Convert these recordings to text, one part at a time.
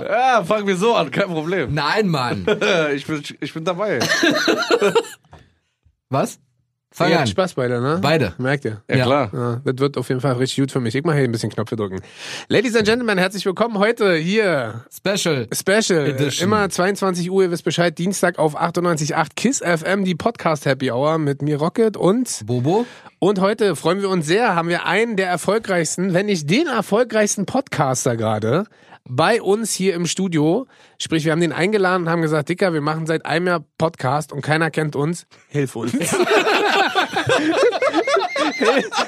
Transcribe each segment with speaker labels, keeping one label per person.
Speaker 1: ja, fangen wir so an, kein Problem.
Speaker 2: Nein, Mann.
Speaker 1: Ich bin, ich bin dabei.
Speaker 2: Was? Fang
Speaker 3: Ihr habt
Speaker 2: an.
Speaker 3: Spaß beide, ne?
Speaker 2: Beide.
Speaker 3: Merkt ihr.
Speaker 1: Ja,
Speaker 2: Ja.
Speaker 1: klar.
Speaker 3: Ja, das wird auf jeden Fall richtig gut für mich. Ich mache hier ein bisschen Knöpfe drücken. Ladies and Gentlemen, herzlich willkommen heute hier.
Speaker 2: Special.
Speaker 3: Special.
Speaker 2: Edition.
Speaker 3: Immer 22 Uhr, ihr wisst Bescheid. Dienstag auf 98.8 KISS FM, die Podcast Happy Hour mit mir Rocket und
Speaker 2: Bobo?
Speaker 3: und heute freuen wir uns sehr, haben wir einen der erfolgreichsten, wenn nicht den erfolgreichsten Podcaster gerade bei uns hier im Studio. Sprich, wir haben den eingeladen und haben gesagt, Dicker, wir machen seit einem Jahr Podcast und keiner kennt uns. Hilf uns. Hil-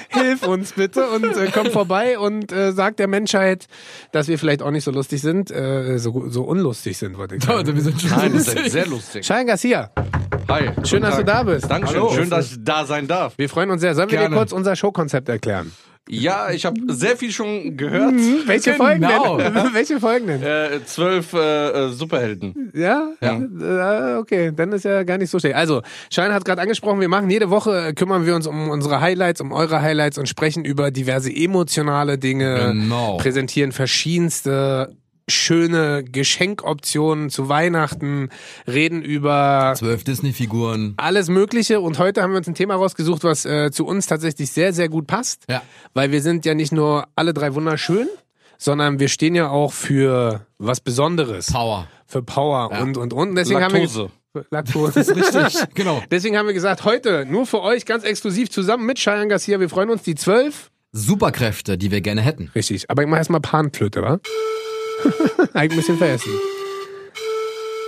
Speaker 3: Hilf uns bitte und äh, komm vorbei und äh, sag der Menschheit, dass wir vielleicht auch nicht so lustig sind, äh, so, so unlustig sind, wollte ich sagen.
Speaker 2: Leute, wir sind schon
Speaker 1: Nein, das ist sehr lustig.
Speaker 3: Schein Garcia,
Speaker 1: Hi. guten
Speaker 3: schön, dass du
Speaker 1: Tag.
Speaker 3: da bist.
Speaker 1: Dankeschön,
Speaker 3: Hallo.
Speaker 1: schön, dass ich da sein darf.
Speaker 3: Wir freuen uns sehr. Sollen wir dir
Speaker 2: Gerne.
Speaker 3: kurz unser Showkonzept erklären?
Speaker 1: Ja, ich habe sehr viel schon gehört.
Speaker 3: Welche
Speaker 2: Genau.
Speaker 3: Folgen denn? Welche Folgen denn?
Speaker 1: Äh, zwölf äh, äh, Superhelden.
Speaker 3: Ja? Äh, okay, dann ist ja gar nicht so schlecht. Also, Schein hat gerade angesprochen, wir machen jede Woche, äh, kümmern wir uns um unsere Highlights, um eure Highlights und sprechen über diverse emotionale Dinge,
Speaker 2: Genau.
Speaker 3: präsentieren verschiedenste schöne Geschenkoptionen zu Weihnachten, reden über
Speaker 2: Zwölf Disney-Figuren.
Speaker 3: alles Mögliche und heute haben wir uns ein Thema rausgesucht, was äh, zu uns tatsächlich sehr, sehr gut passt.
Speaker 2: Ja.
Speaker 3: Weil wir sind ja nicht nur alle drei wunderschön, sondern wir stehen ja auch für was Besonderes.
Speaker 2: Power.
Speaker 3: Für Power und und und. Deswegen
Speaker 1: Laktose.
Speaker 3: Haben wir, Laktose ist
Speaker 2: Richtig, genau.
Speaker 3: Deswegen haben wir gesagt, heute nur für euch ganz exklusiv zusammen mit Cheyenne Garcia. Wir freuen uns die zwölf.
Speaker 2: Superkräfte, die wir gerne hätten.
Speaker 3: Richtig, aber ich mach erstmal Panflöte, wa? Hab ich ein bisschen vergessen.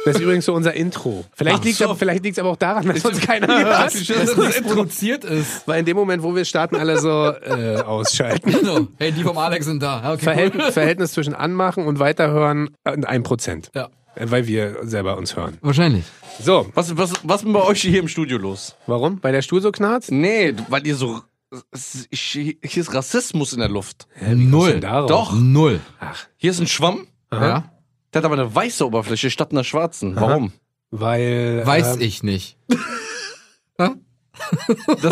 Speaker 3: Das ist übrigens so unser Intro. Vielleicht
Speaker 2: Ach
Speaker 3: liegt
Speaker 2: so.
Speaker 3: es vielleicht liegt's aber auch daran, dass uns keiner hört.
Speaker 2: Das nicht produziert ist.
Speaker 3: Weil in dem Moment, wo wir starten, alle so äh, ausschalten.
Speaker 2: Genau. Hey, die vom Alex sind da. Ja, Okay,
Speaker 3: Verhältnis, Verhältnis zwischen Anmachen und Weiterhören äh, ein Prozent.
Speaker 2: Ja.
Speaker 3: Äh, Weil wir selber uns hören.
Speaker 2: Wahrscheinlich.
Speaker 3: So,
Speaker 1: Was, was, was ist denn bei euch hier im Studio los?
Speaker 3: warum? Weil der Stuhl so knarzt?
Speaker 1: Nee, weil ihr so. Hier ist Rassismus in der Luft.
Speaker 2: Null.
Speaker 3: darauf?
Speaker 1: Doch.
Speaker 2: Null.
Speaker 1: Hier ist ein Schwamm,
Speaker 2: Ja?
Speaker 1: der hat aber eine weiße Oberfläche statt einer schwarzen. Warum?
Speaker 3: Weil.
Speaker 2: Weiß
Speaker 3: ähm,
Speaker 2: ich nicht.
Speaker 1: Das,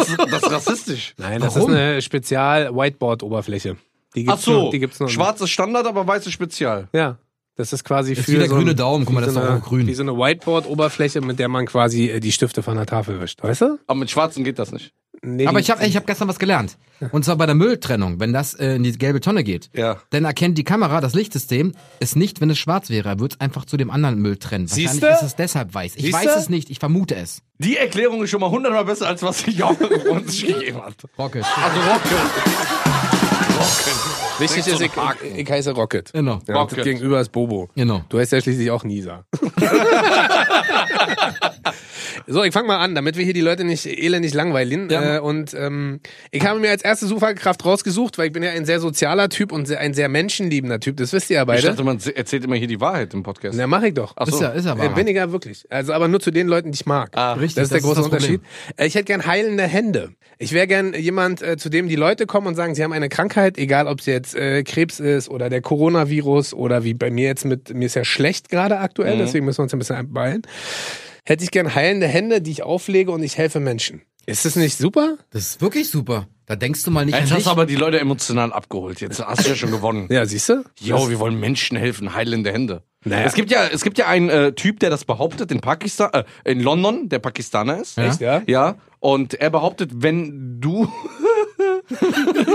Speaker 1: ist- das ist rassistisch.
Speaker 3: Nein, das
Speaker 2: Warum?
Speaker 3: ist eine Spezial-Whiteboard-Oberfläche. Die gibt's
Speaker 1: Ach so,
Speaker 3: nur- die gibt's nur.
Speaker 1: schwarz ist Standard, aber weiß ist spezial.
Speaker 3: Ja. Das ist quasi
Speaker 2: Jetzt
Speaker 3: für.
Speaker 2: wie der
Speaker 3: so
Speaker 2: grüne Daumen. Guck mal,
Speaker 3: wie
Speaker 2: das ist
Speaker 3: so
Speaker 2: doch
Speaker 3: eine-
Speaker 2: auch grün.
Speaker 3: Wie so eine Whiteboard-Oberfläche, mit der man quasi äh, die Stifte von der Tafel wischt. Weißt du?
Speaker 1: Aber mit schwarzen geht das nicht.
Speaker 3: Nee,
Speaker 2: Aber
Speaker 3: die-
Speaker 2: ich habe ich hab gestern was gelernt. Und zwar bei der Mülltrennung, wenn das äh, in die gelbe Tonne geht.
Speaker 1: Ja.
Speaker 2: Dann erkennt die Kamera das Lichtsystem, es nicht, wenn es schwarz wäre. Er wird es einfach zu dem anderen Müll trennen. Wahrscheinlich
Speaker 1: Siehste?
Speaker 2: ist es deshalb weiß. Ich
Speaker 1: Siehste?
Speaker 2: weiß es nicht, ich vermute es.
Speaker 1: Die Erklärung ist schon mal hundertmal besser, als was ich auch uns gegeben hat.
Speaker 2: Rocket.
Speaker 1: Also Rocket.
Speaker 3: Wichtig ist, ich,
Speaker 1: Haken.
Speaker 3: ich heiße Rocket.
Speaker 2: Genau.
Speaker 3: Ja, und
Speaker 1: Rocket.
Speaker 3: das Gegenüber ist Bobo.
Speaker 2: Genau.
Speaker 3: Du heißt ja schließlich auch Nisa. so, ich fange mal an, damit wir hier die Leute nicht elendig langweilen.
Speaker 2: Ja.
Speaker 3: Äh, und ähm, ich habe mir als erste Suchkraft rausgesucht, weil ich bin ja ein sehr sozialer Typ und sehr, ein sehr menschenliebender Typ. Das wisst ihr ja
Speaker 1: Ich
Speaker 3: beide.
Speaker 1: dachte, man erzählt immer hier die Wahrheit im Podcast.
Speaker 3: Na, mache ich doch.
Speaker 1: Ach
Speaker 2: Ist ja, ist ja
Speaker 3: Äh,
Speaker 2: wahr.
Speaker 3: bin ich ja wirklich. Also, aber nur zu den Leuten, die ich mag.
Speaker 1: Ah,
Speaker 2: Richtig,
Speaker 3: Das ist der große
Speaker 2: das Problem.
Speaker 3: Unterschied. Äh, Ich hätte gern heilende Hände. Ich wäre gern jemand, äh, zu dem die Leute kommen und sagen, sie haben eine Krankheit, egal ob es jetzt äh, Krebs ist oder der Coronavirus oder wie bei mir jetzt mit, mir ist ja schlecht gerade aktuell, deswegen müssen wir uns ein bisschen beeilen. Hätte ich gern heilende Hände, die ich auflege und ich helfe Menschen. Ist das nicht super?
Speaker 2: Das ist wirklich super. Da denkst du mal nicht
Speaker 1: Jetzt
Speaker 2: an
Speaker 1: hast
Speaker 2: dich.
Speaker 1: du aber die Leute emotional abgeholt. Jetzt hast du ja schon gewonnen.
Speaker 3: Ja, siehst du?
Speaker 1: Jo, wir wollen Menschen helfen, heilende Hände.
Speaker 3: Naja.
Speaker 1: Es gibt ja, es gibt ja einen äh, Typ, der das behauptet in Pakistan, äh, in London, der Pakistaner ist.
Speaker 2: Ja. Echt,
Speaker 3: ja?
Speaker 1: Ja. Und er behauptet, wenn du,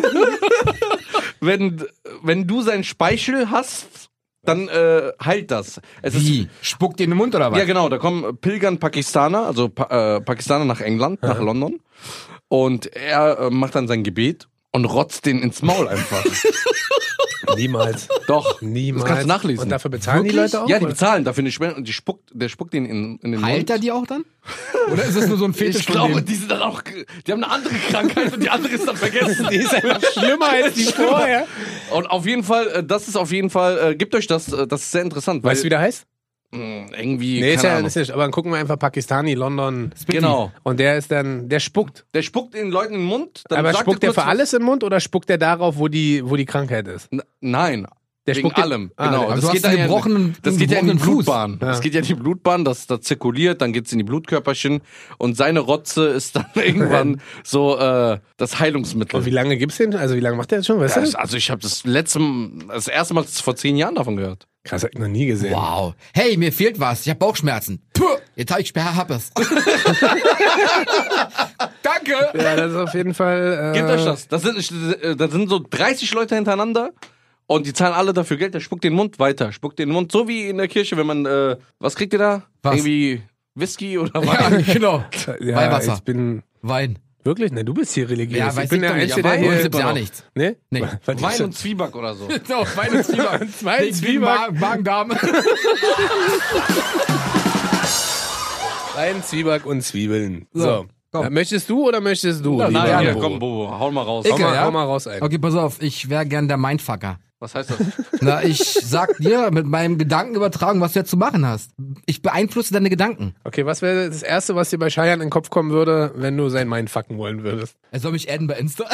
Speaker 1: wenn, wenn du seinen Speichel hast, dann äh, heilt das. Es ist
Speaker 2: Wie? Spuckt dir in den Mund oder was?
Speaker 1: ja, genau, da kommen Pilgern Pakistaner, also pa äh, Pakistaner nach England, nach London. Und er äh, macht dann sein Gebet und rotzt den ins Maul einfach.
Speaker 3: Niemals.
Speaker 1: Doch.
Speaker 3: Niemals.
Speaker 1: Das kannst du nachlesen.
Speaker 3: Und dafür bezahlen die
Speaker 2: Wirklich?
Speaker 3: Leute auch?
Speaker 1: Ja, die
Speaker 3: oder?
Speaker 1: bezahlen dafür nicht mehr und die spuckt, der spuckt den in, in den
Speaker 2: genau. Heilt
Speaker 1: Mund.
Speaker 2: er die auch dann? Oder ist es nur so ein Fetisch
Speaker 1: Ich glaube,
Speaker 2: von
Speaker 1: die sind dann auch, ge- die haben eine andere Krankheit und die andere ist dann vergessen.
Speaker 3: die ist einfach schlimmer als die vorher.
Speaker 1: Und auf jeden Fall, äh, das ist auf jeden Fall, äh, gebt euch das, äh, das ist sehr interessant.
Speaker 3: Weißt du, wie
Speaker 1: weil,
Speaker 3: der heißt?
Speaker 1: mh, irgendwie,
Speaker 3: Nee, ist
Speaker 1: keine
Speaker 3: ja,
Speaker 1: Ahnung.
Speaker 3: ist nicht. Aber dann gucken wir einfach Pakistani, London.
Speaker 1: Genau.
Speaker 3: Und der ist dann, der spuckt.
Speaker 1: Der spuckt den Leuten in den Mund. Dann
Speaker 3: aber
Speaker 1: sagt
Speaker 3: spuckt der
Speaker 1: kurz
Speaker 3: für
Speaker 1: was-
Speaker 3: alles im Mund oder spuckt der darauf, wo die, wo die Krankheit ist?
Speaker 1: N- Nein.
Speaker 3: Der
Speaker 1: Wegen
Speaker 3: spuckt den-
Speaker 1: allem,
Speaker 3: Ah,
Speaker 1: genau.
Speaker 3: der-
Speaker 2: aber
Speaker 1: das
Speaker 2: also du hast
Speaker 1: geht,
Speaker 2: einen
Speaker 1: dann ja-
Speaker 2: gebrochenen-
Speaker 1: das
Speaker 2: einen
Speaker 1: geht ja in die
Speaker 2: gebrochenen Fuß.
Speaker 1: Blutbahn. Das geht ja in die Blutbahn, das, das zirkuliert, dann geht's in die Blutkörperchen und seine Rotze ist dann irgendwann so äh, das Heilungsmittel.
Speaker 3: Und wie lange gibt's den? Also wie lange macht der das schon? Weißt
Speaker 1: Das,
Speaker 3: du?
Speaker 1: also ich habe das letzte, das erste Mal vor zehn Jahren davon gehört.
Speaker 3: Krass, hab ich noch nie gesehen.
Speaker 2: Wow. Hey, mir fehlt was. Ich habe Bauchschmerzen. Puh, jetzt habe ich Sperr, hab es. Danke.
Speaker 3: Ja, das ist auf jeden Fall. Äh,
Speaker 1: Gebt euch das. Das sind, äh, das sind so 30 Leute hintereinander und die zahlen alle dafür Geld. Der spuckt den Mund weiter, spuckt den Mund, so wie in der Kirche, wenn man, äh, was kriegt ihr da?
Speaker 2: Was?
Speaker 1: Irgendwie Whisky oder was?
Speaker 2: Ja, genau.
Speaker 3: Ja,
Speaker 2: Weihwasser.
Speaker 3: Ich bin
Speaker 2: Wein.
Speaker 3: wirklich, ne, du bist hier religiös.
Speaker 2: Ja, weiß
Speaker 3: ich bin
Speaker 2: ich
Speaker 3: der
Speaker 2: doch nicht.
Speaker 3: Einzige,
Speaker 2: Ja,
Speaker 3: der
Speaker 2: Wein
Speaker 3: hier
Speaker 2: ist ja nichts.
Speaker 3: Nee?
Speaker 2: Nee.
Speaker 3: Was
Speaker 1: Wein und Zwieback oder so.
Speaker 2: Genau, Wein und Zwieback.
Speaker 3: Wein,
Speaker 2: Gegen
Speaker 3: Zwieback.
Speaker 2: Ma- Magen-Darm.
Speaker 3: Wein, Zwieback und Zwiebeln. So.
Speaker 2: komm.
Speaker 3: Ja, möchtest du oder möchtest du? lieber
Speaker 1: Nein, ja,
Speaker 3: Bobo?
Speaker 1: komm, Bobo, hau mal raus.
Speaker 3: Hau mal,
Speaker 2: ja?
Speaker 3: hau mal raus ein.
Speaker 2: Okay, pass auf. Ich wäre gern der Mindfucker.
Speaker 1: Was heißt das?
Speaker 2: Na, ich sag dir mit meinem Gedankenübertragung, was du ja zu machen hast. Ich beeinflusse deine Gedanken.
Speaker 3: Okay, was wäre das Erste, was dir bei Scheiern in den Kopf kommen würde, wenn du sein Mind fucken wollen würdest?
Speaker 2: Er soll mich adden bei Insta.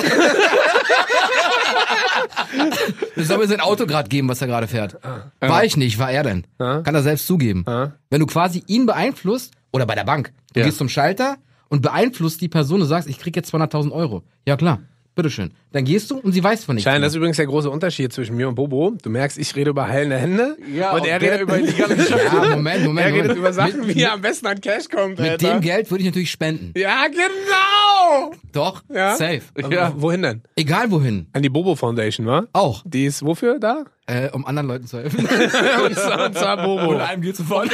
Speaker 2: Er soll mir sein Auto gerade geben, was er gerade fährt.
Speaker 3: Ah.
Speaker 2: War ich nicht, war er denn. Kann er selbst zugeben. Wenn du quasi ihn beeinflusst, oder bei der Bank, du
Speaker 1: Ja.
Speaker 2: gehst zum Schalter und beeinflusst die Person und sagst, ich krieg jetzt 200.000 Euro. Ja klar, bitteschön. Dann gehst du und sie weiß von nichts. mehr.
Speaker 3: Schein, das ist übrigens der große Unterschied zwischen mir und Bobo. Du merkst, ich rede über heilende Hände und er
Speaker 1: um der
Speaker 3: redet
Speaker 1: über illegale Geschäfte.
Speaker 2: ja, Moment, Moment,
Speaker 3: Er redet
Speaker 2: Moment.
Speaker 3: über Sachen,
Speaker 2: mit,
Speaker 3: wie er am besten an Cash kommt,
Speaker 2: mit
Speaker 3: Alter.
Speaker 2: dem Geld würde ich natürlich spenden.
Speaker 3: ja, genau!
Speaker 2: Doch,
Speaker 3: Ja.
Speaker 2: safe.
Speaker 1: Ja.
Speaker 3: W- Wohin denn?
Speaker 2: Egal wohin.
Speaker 3: An die Bobo Foundation, wa?
Speaker 2: Auch.
Speaker 3: Die ist wofür da?
Speaker 2: Äh, um anderen Leuten zu helfen.
Speaker 3: und zwar, und zwar Bobo.
Speaker 2: einem geht sofort.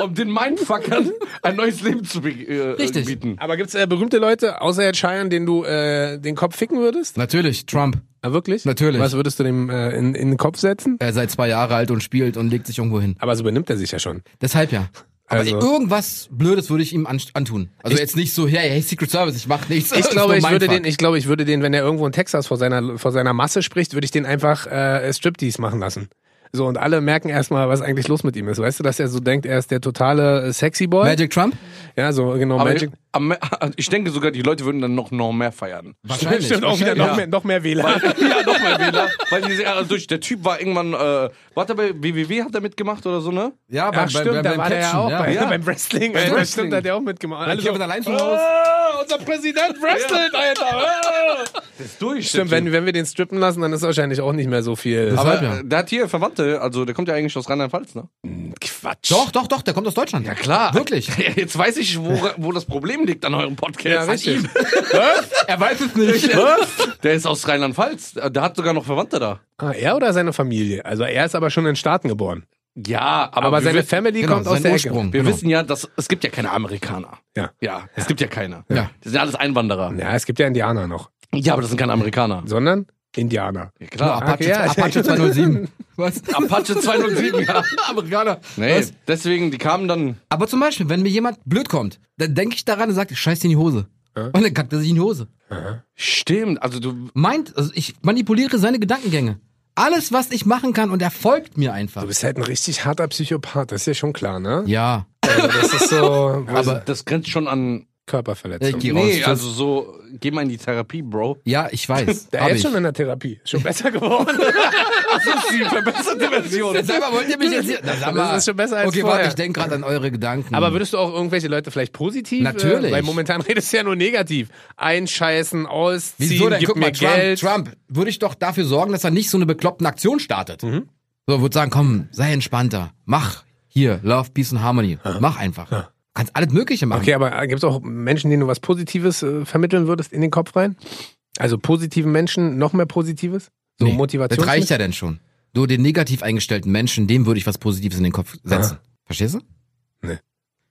Speaker 1: um den Mindfuckern ein neues Leben zu be- äh,
Speaker 2: Richtig.
Speaker 1: bieten.
Speaker 3: Aber gibt's äh, berühmte Leute, außer jetzt Scheiern, denen du äh, den Kopf ficken würdest?
Speaker 2: Natürlich, Trump.
Speaker 3: Ah, wirklich?
Speaker 2: Natürlich.
Speaker 3: Was würdest du dem äh, in, in den Kopf setzen?
Speaker 2: Er sei zwei Jahre alt und spielt und legt sich irgendwo hin.
Speaker 3: Aber so benimmt er sich ja schon.
Speaker 2: Deshalb ja. Aber
Speaker 3: Also-
Speaker 2: irgendwas Blödes würde ich ihm an- antun. Also
Speaker 3: Ich-
Speaker 2: jetzt nicht so, hey, hey, Secret Service, ich mach nichts.
Speaker 3: Ich
Speaker 2: Ist
Speaker 3: glaube,
Speaker 2: nur
Speaker 3: ich
Speaker 2: mein
Speaker 3: würde
Speaker 2: Fuck.
Speaker 3: den, ich glaube, ich würde den, wenn er irgendwo in Texas vor seiner, vor seiner Masse spricht, würde ich den einfach äh, Striptease machen lassen. So, und alle merken erstmal, was eigentlich los mit ihm ist. Weißt du, dass er so denkt, er ist der totale äh, Sexy Boy?
Speaker 2: Magic Trump?
Speaker 3: Ja, so genau,
Speaker 1: Aber
Speaker 3: Magic.
Speaker 1: am, ich denke sogar, die Leute würden dann noch, noch mehr feiern.
Speaker 2: Wahrscheinlich.
Speaker 3: Stimmt, auch wieder
Speaker 2: Wahrscheinlich.
Speaker 3: noch,
Speaker 1: Ja.
Speaker 3: mehr, noch mehr Wähler.
Speaker 1: ja, nochmal Wähler. Weil die, ja, durch, der Typ war irgendwann, äh, war der bei WWW, hat er mitgemacht oder so, ne?
Speaker 2: Ja, bei,
Speaker 3: Ach stimmt, da
Speaker 2: beim
Speaker 3: war der ja
Speaker 2: Catchen,
Speaker 3: auch bei, Also-
Speaker 1: Ja.
Speaker 3: beim Wrestling. Beim
Speaker 1: Wrestling.
Speaker 3: Stimmt, da hat er auch mitgemacht. Alle
Speaker 2: Kevin allein schon raus.
Speaker 3: "Ah, unser Präsident wrestelt, Alter. Ah."
Speaker 1: Ist durch.
Speaker 3: Stimmt, wenn, wenn wir den strippen lassen, dann ist wahrscheinlich auch nicht mehr so viel.
Speaker 1: Aber
Speaker 2: Deshalb ja.
Speaker 1: äh, der hat hier Verwandte, also der kommt ja eigentlich aus Rheinland-Pfalz, ne?
Speaker 3: Quatsch.
Speaker 2: Doch, doch, doch, der kommt aus Deutschland. Ja
Speaker 1: klar.
Speaker 2: Wirklich.
Speaker 1: Jetzt weiß ich, wo, wo das Problem liegt an eurem
Speaker 3: Ja,
Speaker 1: Podcast.
Speaker 3: richtig.
Speaker 2: er weiß es nicht.
Speaker 1: der ist aus Rheinland-Pfalz. Der hat sogar noch Verwandte da.
Speaker 3: Ah, er oder seine Familie? Also er ist aber schon in den Staaten geboren.
Speaker 1: Ja, aber,
Speaker 3: Aber
Speaker 1: wir
Speaker 3: seine
Speaker 1: wi-
Speaker 3: Family
Speaker 2: Genau,
Speaker 3: kommt aus
Speaker 2: sein
Speaker 3: der
Speaker 2: Ursprung.
Speaker 1: Wir
Speaker 2: Genau.
Speaker 1: wissen ja, dass es gibt ja keine Amerikaner.
Speaker 3: Ja.
Speaker 1: Ja, es gibt ja keine.
Speaker 2: Ja.
Speaker 1: Das sind ja alles Einwanderer.
Speaker 3: Ecke. Ja, es gibt ja Indianer noch.
Speaker 1: Ja, aber das sind keine Amerikaner.
Speaker 3: Sondern Indianer.
Speaker 1: Ja,
Speaker 2: Nur
Speaker 1: klar.
Speaker 2: Apache,
Speaker 3: ja.
Speaker 2: Apache 207. Was?
Speaker 1: Apache 207, ja.
Speaker 2: Amerikaner.
Speaker 1: Nee,
Speaker 2: Was?
Speaker 1: deswegen, die kamen dann.
Speaker 2: Aber zum Beispiel, wenn mir jemand blöd kommt, dann denke ich daran und sage, scheiß dir in die Hose. Und dann kackt er sich in die Hose.
Speaker 1: Stimmt, also du.
Speaker 2: meint, also ich manipuliere seine Gedankengänge. Alles, was ich machen kann und er folgt mir einfach.
Speaker 3: Du bist halt ein richtig harter Psychopath, das ist ja schon klar, ne?
Speaker 2: Ja.
Speaker 3: Also das ist so
Speaker 1: Aber also das grenzt schon an.
Speaker 3: Körperverletzung.
Speaker 2: Äh, geh- Die
Speaker 1: nee,
Speaker 2: raus-
Speaker 1: also so, geh mal in die Therapie, Bro.
Speaker 2: Ja, ich weiß.
Speaker 3: Der
Speaker 2: Hab
Speaker 3: ist
Speaker 2: ich.
Speaker 3: schon in der Therapie. Ist Schon besser geworden.
Speaker 1: Das ist die verbesserte Version.
Speaker 2: Sag mal, wollt ihr mich jetzt hier... Na, sag mal.
Speaker 3: Das ist schon besser als
Speaker 2: Okay,
Speaker 3: vorher.
Speaker 2: warte, ich denke gerade an eure Gedanken.
Speaker 3: Aber würdest du auch irgendwelche Leute vielleicht positiv?
Speaker 2: Natürlich.
Speaker 3: Äh, weil momentan redest du ja nur negativ. Einscheißen, ausziehen,
Speaker 2: Wieso denn?
Speaker 3: gib
Speaker 2: Guck
Speaker 3: mir
Speaker 2: mal, Trump,
Speaker 3: Geld.
Speaker 2: Trump, würde ich doch dafür sorgen, dass er nicht so eine bekloppte Aktion startet.
Speaker 3: Mhm.
Speaker 2: So, würde sagen, komm, sei entspannter. Mach hier Love, Peace and Harmony. Mach einfach. Kannst alles Mögliche machen.
Speaker 3: Okay, aber gibt es auch Menschen, denen du was Positives äh, vermitteln würdest in den Kopf rein? Also positiven Menschen noch mehr Positives? So
Speaker 2: Nee,
Speaker 3: Motivation.
Speaker 2: Das reicht ja denn schon. Du, den negativ eingestellten Menschen, dem würde ich was Positives in den Kopf setzen. Verstehst du?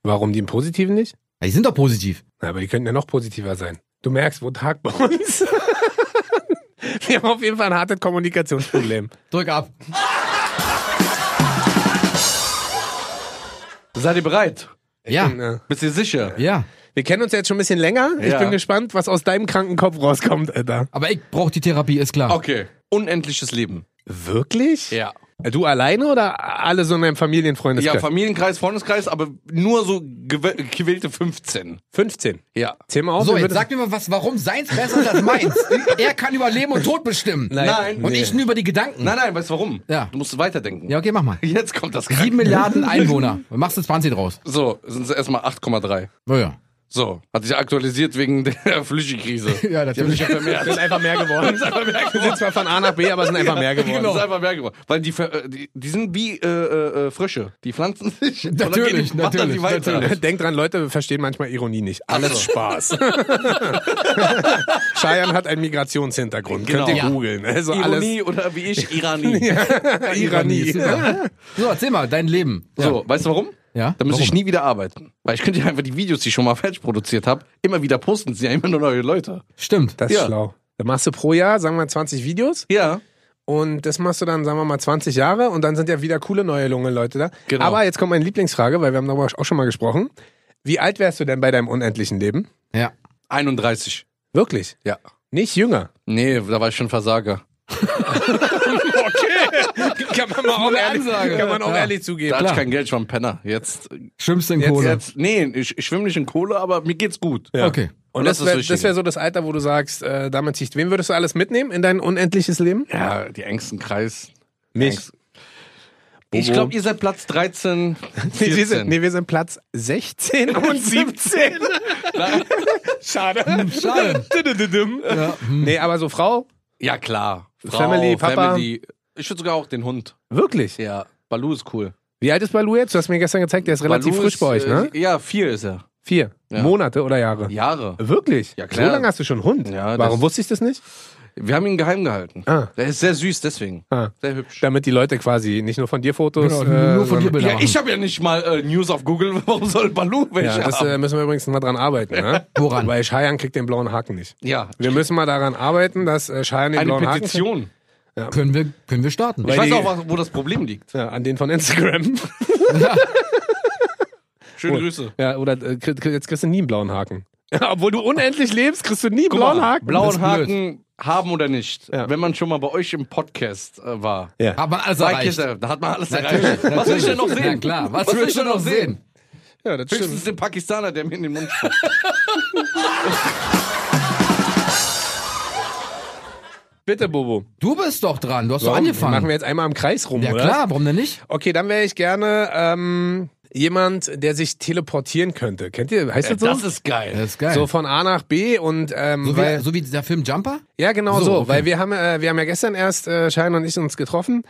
Speaker 3: Warum die im Positiven nicht?
Speaker 2: Ja, die sind doch positiv.
Speaker 3: Na, aber die könnten ja noch positiver sein. Du merkst, wo Tag bei uns. Wir haben auf jeden Fall ein hartes Kommunikationsproblem.
Speaker 2: Drück ab.
Speaker 1: Seid ihr bereit?
Speaker 2: Ja.
Speaker 3: Ja.
Speaker 1: Bist ihr sicher?
Speaker 2: Ja,
Speaker 3: Wir kennen uns jetzt schon ein bisschen länger. Ich
Speaker 1: Ja.
Speaker 3: bin gespannt, was aus deinem kranken Kopf rauskommt, Alter.
Speaker 2: aber ich brauche die Therapie, ist klar.
Speaker 1: Okay. Unendliches Leben.
Speaker 3: Wirklich?
Speaker 1: Ja.
Speaker 3: Du alleine oder alle so in deinem Familienfreundeskreis?
Speaker 1: Ja, Familienkreis, Freundeskreis, aber nur so gew gewählte 15.
Speaker 3: 15.
Speaker 1: Ja.
Speaker 3: Zähl mal auf.
Speaker 2: So,
Speaker 3: wir
Speaker 2: jetzt
Speaker 3: würden-
Speaker 2: sag mir mal was, warum seins besser ist als meins. er kann über Leben und Tod bestimmen.
Speaker 1: Nein.
Speaker 2: Und ich nur über die Gedanken.
Speaker 1: Nein, nein, weißt du warum?
Speaker 2: Ja.
Speaker 1: Du musst weiterdenken.
Speaker 2: Ja, okay, mach mal.
Speaker 1: Jetzt kommt das
Speaker 2: Sieben
Speaker 1: Kranken.
Speaker 2: Milliarden Einwohner. Und Machst du 20 draus.
Speaker 1: So, sind es erstmal 8,3.
Speaker 2: Naja.
Speaker 1: So, hat sich aktualisiert wegen der Flüchtkrise.
Speaker 2: Ja, natürlich.
Speaker 1: Die haben sich ja vermehrt.
Speaker 3: Sind einfach mehr geworden. sind zwar von A nach B, aber sind einfach mehr geworden.
Speaker 2: genau.
Speaker 1: Das ist einfach mehr geworden. Weil die, ver- äh, die, die sind wie äh, äh, äh, Frösche. Die pflanzen sich. und dann gehen
Speaker 2: Natürlich,
Speaker 1: die, wandern
Speaker 2: natürlich,
Speaker 1: die weiter.
Speaker 2: natürlich.
Speaker 3: ne? Denkt dran, Leute wir verstehen manchmal Ironie nicht. Alles Spaß. Cheyenne hat einen Migrationshintergrund.
Speaker 1: Genau.
Speaker 3: Könnt ihr
Speaker 1: Ja.
Speaker 3: googeln. Also
Speaker 1: Ironie oder wie ich, Irani.
Speaker 3: alles
Speaker 2: Nee,
Speaker 3: Iranie.
Speaker 2: super. So, erzähl mal, dein Leben.
Speaker 1: So, weißt du warum?
Speaker 2: Ja,
Speaker 1: Da müsste ich
Speaker 2: warum?
Speaker 1: nie wieder arbeiten. Weil ich könnte ja einfach die Videos, die ich schon mal fertig produziert habe, immer wieder posten. Es sind ja immer nur neue Leute.
Speaker 2: Stimmt.
Speaker 3: Das ist
Speaker 1: Ja.
Speaker 3: schlau. Da machst du pro Jahr, sagen wir, 20 Videos
Speaker 1: Ja.
Speaker 3: und das machst du dann, sagen wir mal, 20 Jahre und dann sind ja wieder coole neue junge Leute da.
Speaker 1: Genau.
Speaker 3: Aber jetzt kommt meine Lieblingsfrage, weil wir haben darüber auch schon mal gesprochen. Wie alt wärst du denn bei deinem unendlichen Leben?
Speaker 2: Ja.
Speaker 1: 31.
Speaker 3: Wirklich?
Speaker 1: Ja.
Speaker 3: Nicht jünger.
Speaker 1: Nee, da war ich schon Versager.
Speaker 3: Kann man mal auch, ehrlich, kann man auch ehrlich zugeben.
Speaker 1: Da hatte
Speaker 2: Klar.
Speaker 1: ich kein Geld, ich war ein Penner. Jetzt,
Speaker 2: Schwimmst in
Speaker 3: Jetzt-
Speaker 2: Kohle.
Speaker 1: jetzt nee, ich, ich schwimme nicht in Kohle, aber mir geht's gut.
Speaker 3: Ja.
Speaker 2: Okay.
Speaker 3: Und
Speaker 1: Und
Speaker 3: das
Speaker 1: das ist
Speaker 3: wäre
Speaker 1: richtig.
Speaker 3: das wär so das Alter, wo du sagst, äh, damit sich, wen würdest du alles mitnehmen in dein unendliches Leben?
Speaker 1: Ja, die engsten Kreis.
Speaker 3: Mich.
Speaker 1: Ich
Speaker 3: Bobo.
Speaker 1: glaube, ihr seid Platz 13,
Speaker 3: Nee, wir,
Speaker 1: 14.
Speaker 3: sind, nee, wir sind Platz 16 und 17. Schade.
Speaker 1: Hm,
Speaker 2: schade. Ja. hm.
Speaker 3: Nee, aber so Frau,
Speaker 1: Ja, klar. Frau,
Speaker 3: Family, Papa.
Speaker 1: Family. Ich würde sogar auch den Hund.
Speaker 3: wirklich.
Speaker 1: Ja. Balu ist cool.
Speaker 3: Wie alt ist Balu jetzt? Du hast mir gestern gezeigt, der ist relativ
Speaker 1: Balu
Speaker 3: frisch
Speaker 1: ist,
Speaker 3: bei euch, ne?
Speaker 1: äh, Ja, vier ist er.
Speaker 3: Vier
Speaker 1: ja.
Speaker 3: Monate oder Jahre.
Speaker 1: Jahre.
Speaker 3: Wirklich?
Speaker 1: Ja, klar.
Speaker 3: So lange hast du schon einen Hund.
Speaker 1: Ja, das-
Speaker 3: Warum wusste ich das nicht?
Speaker 1: Wir haben ihn geheim gehalten.
Speaker 3: Ah.
Speaker 1: Der ist sehr süß, deswegen.
Speaker 3: Ah.
Speaker 1: Sehr hübsch.
Speaker 3: Damit die Leute quasi nicht nur von dir Fotos.
Speaker 2: Genau,
Speaker 3: äh,
Speaker 2: nur von dir
Speaker 3: sondern-
Speaker 2: Bilder.
Speaker 1: Ja, ich habe ja nicht mal äh, News auf Google. Warum soll Balu
Speaker 3: Ja,
Speaker 1: welche
Speaker 3: das
Speaker 1: haben?
Speaker 3: äh, müssen wir übrigens mal dran arbeiten, ne?
Speaker 2: Woran?
Speaker 3: Weil Scheiern kriegt den blauen Haken nicht.
Speaker 1: ja.
Speaker 3: Wir müssen mal daran arbeiten, dass äh, Schein den
Speaker 1: Eine
Speaker 3: blauen Haken
Speaker 1: Petition.
Speaker 2: Können wir, können wir starten.
Speaker 1: Ich
Speaker 3: Weil
Speaker 1: weiß
Speaker 3: die-
Speaker 1: auch, was- wo das Problem liegt.
Speaker 3: ja, an den von Instagram.
Speaker 1: Schöne Grüße.
Speaker 3: ja, oder äh, kri- kri- jetzt kriegst du nie einen blauen Haken. Obwohl du unendlich lebst, kriegst du nie einen blauen Haken.
Speaker 1: Blauen
Speaker 2: Das ist blöd.
Speaker 1: Haken haben oder nicht.
Speaker 3: Ja.
Speaker 1: Wenn man schon mal bei euch im Podcast äh, war.
Speaker 3: Ja.
Speaker 2: Hat man alles
Speaker 1: Bei
Speaker 2: erreicht.
Speaker 1: Kiss, da hat man alles
Speaker 2: Natürlich,
Speaker 1: erreicht. Was will ich denn noch
Speaker 2: natürlich.
Speaker 1: sehen?
Speaker 2: Ja, klar. Was, willst du noch sehen?
Speaker 3: ja, das stimmt.
Speaker 1: Höchstens den Pakistaner, der mir in den Mund spuckt.
Speaker 3: Bitte, Bobo.
Speaker 2: Du bist doch dran. Du hast doch
Speaker 3: Machen
Speaker 2: angefangen.
Speaker 3: wir jetzt einmal im Kreis rum,
Speaker 2: Ja
Speaker 3: oder?
Speaker 2: klar, warum denn nicht?
Speaker 3: Okay, dann wäre ich gerne ähm, jemand, der sich teleportieren könnte. Kennt ihr? Heißt das so?
Speaker 1: Das ist geil.
Speaker 2: Äh, Das ist geil.
Speaker 3: so von A nach B und ähm,
Speaker 2: so, wie,
Speaker 3: weil,
Speaker 2: so wie der Film Jumper?
Speaker 3: ja genau so,
Speaker 2: So, okay.
Speaker 3: weil wir haben äh, wir haben ja gestern erst äh, Schein und ich uns getroffen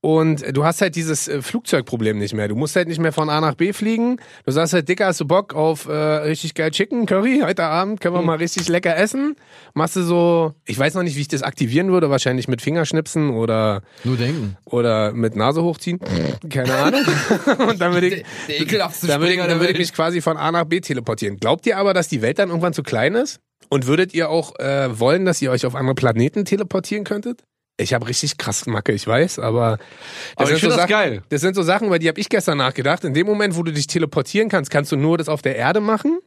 Speaker 3: und äh, du hast halt dieses äh, Flugzeugproblem nicht mehr. Du musst halt nicht mehr von A nach B fliegen. Du sagst halt, Dicker, hast du Bock auf äh, richtig geil Chicken Curry heute Abend? Können wir mal richtig lecker essen? Machst du so, ich weiß noch nicht, wie ich das aktivieren würde, wahrscheinlich mit Fingerschnipsen oder
Speaker 2: Nur denken.
Speaker 3: oder mit Nase hochziehen. Keine Ahnung. und dann würde ich
Speaker 2: Der ekelhafteste
Speaker 3: dann würde, ich,
Speaker 2: Springer der
Speaker 3: dann würde ich
Speaker 2: Welt.
Speaker 3: mich quasi von A nach B teleportieren. Glaubt ihr aber, dass die Welt dann irgendwann zu klein ist? Und würdet ihr auch äh, wollen, dass ihr euch auf andere Planeten teleportieren könntet? Ich habe richtig krass Macke, ich weiß, aber
Speaker 1: Aber ich
Speaker 3: sind
Speaker 1: finde
Speaker 3: so
Speaker 1: das
Speaker 3: Sachen-
Speaker 1: geil.
Speaker 3: das sind so Sachen, über die habe ich gestern nachgedacht. In dem Moment, wo du dich teleportieren kannst, kannst du nur das auf der Erde machen.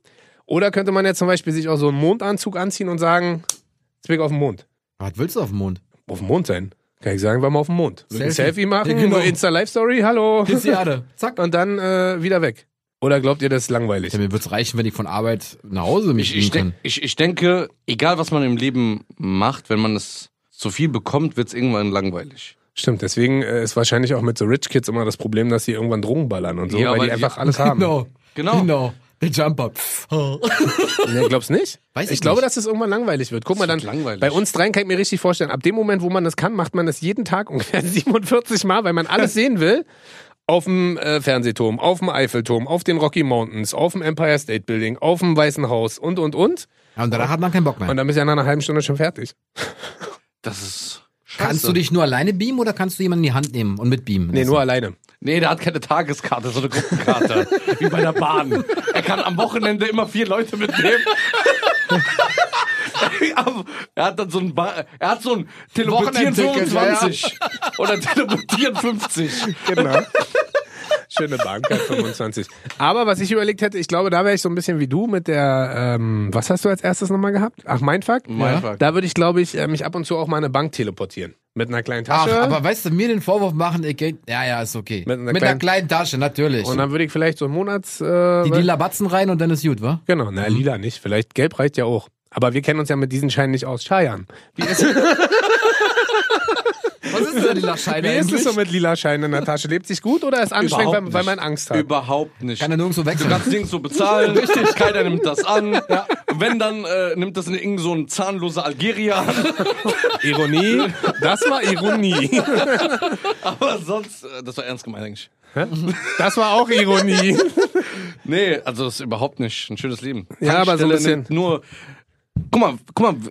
Speaker 3: Oder könnte man jetzt zum Beispiel sich auch so einen Mondanzug anziehen und sagen, jetzt bin ich auf dem Mond.
Speaker 2: Was willst du auf dem Mond?
Speaker 3: Auf dem Mond sein. Kann ich sagen, war mal auf dem Mond. So ein
Speaker 2: Selfie.
Speaker 3: Selfie machen,
Speaker 2: Ja, genau.
Speaker 3: nur Insta-Live-Story, hallo.
Speaker 2: Bis die Erde. Zack.
Speaker 3: Und dann äh, wieder weg. Oder glaubt ihr, das ist langweilig?
Speaker 2: Ja, mir wird's reichen, wenn ich von Arbeit nach Hause mich
Speaker 1: Ich, ich,
Speaker 2: beamen
Speaker 1: denk,
Speaker 2: kann.
Speaker 1: ich, ich denke, egal was man im Leben macht, wenn man es zu viel bekommt, wird es irgendwann langweilig.
Speaker 3: Stimmt, deswegen äh, ist wahrscheinlich auch mit so Rich Kids immer das Problem, dass sie irgendwann Drogen ballern und so,
Speaker 1: Ja,
Speaker 3: weil
Speaker 1: weil
Speaker 3: die
Speaker 1: die-
Speaker 3: einfach alles haben.
Speaker 2: Genau.
Speaker 1: Genau.
Speaker 2: Genau. Der Jumper.
Speaker 3: Nee, glaubst nicht?
Speaker 2: Weiß ich
Speaker 3: glaube,
Speaker 2: nicht.
Speaker 3: dass es irgendwann langweilig wird. Guck mal, dann
Speaker 1: wird langweilig.
Speaker 3: bei uns dreien kann ich mir richtig vorstellen, ab dem Moment, wo man das kann, macht man das jeden Tag ungefähr 47 Mal, weil man alles sehen will. Auf dem äh, Fernsehturm, auf dem Eiffelturm, auf den Rocky Mountains, auf dem Empire State Building, auf dem Weißen Haus und, und, und.
Speaker 2: Ja, und danach hat man keinen Bock mehr.
Speaker 3: Und dann bist du ja nach einer halben Stunde schon fertig.
Speaker 1: Das ist. Scheiße.
Speaker 2: Kannst du dich nur alleine beamen oder kannst du jemanden in die Hand nehmen und mitbeamen?
Speaker 3: Nee, nur alleine.
Speaker 1: Nee, der hat keine Tageskarte, so eine Gruppenkarte. wie bei der Bahn. Er kann am Wochenende immer vier Leute mitnehmen. Am- er hat dann so ein ba er hat so ein Teleportieren
Speaker 2: Wochenendticket,
Speaker 1: 25 oder Teleportieren 50.
Speaker 3: Genau. Schöne Bank, 25. Aber was ich überlegt hätte, ich glaube, da wäre ich so ein bisschen wie du mit der, ähm, was hast du als erstes nochmal gehabt? Ach, Mindfuck?
Speaker 1: Mindfuck.
Speaker 3: Da würde ich, glaube ich, äh, mich ab und zu auch mal eine Bank teleportieren. Mit einer kleinen
Speaker 2: Ach,
Speaker 3: Tasche.
Speaker 2: aber weißt du, mir den Vorwurf machen, ich, geh- ja, ja, ist okay.
Speaker 3: Mit einer kleinen-
Speaker 2: kleinen Tasche, natürlich.
Speaker 3: und dann würde ich vielleicht so einen Monats... Äh,
Speaker 2: die die Labatzen rein und dann ist gut, wa?
Speaker 3: genau, na, lila nicht. Vielleicht gelb reicht ja auch. Aber wir kennen uns ja mit diesen Scheinen nicht aus. Scheiern.
Speaker 2: Wie ist Was ist denn die Lascheine
Speaker 3: Wie ist es so mit lila Scheinen in der Tasche? Lebt sich gut oder ist anstrengend,
Speaker 1: Überhaupt
Speaker 3: weil, weil
Speaker 1: nicht.
Speaker 3: man Angst hat?
Speaker 1: Überhaupt nicht.
Speaker 2: Kann er nirgendwo
Speaker 1: Du
Speaker 2: wechseln.
Speaker 1: kannst Dings so bezahlen, richtig, keiner nimmt das an. Wenn, dann äh, nimmt das irgend so ein zahnloser Algerier an.
Speaker 3: Ironie? Das war Ironie.
Speaker 1: Aber sonst, äh, das war ernst gemeint eigentlich.
Speaker 3: Das war auch Ironie.
Speaker 1: Nee, also das ist überhaupt nicht ein schönes Leben.
Speaker 3: Ja, aber so ein
Speaker 1: Tankstelle nimmt
Speaker 3: bisschen.
Speaker 1: Nur, guck mal, guck mal.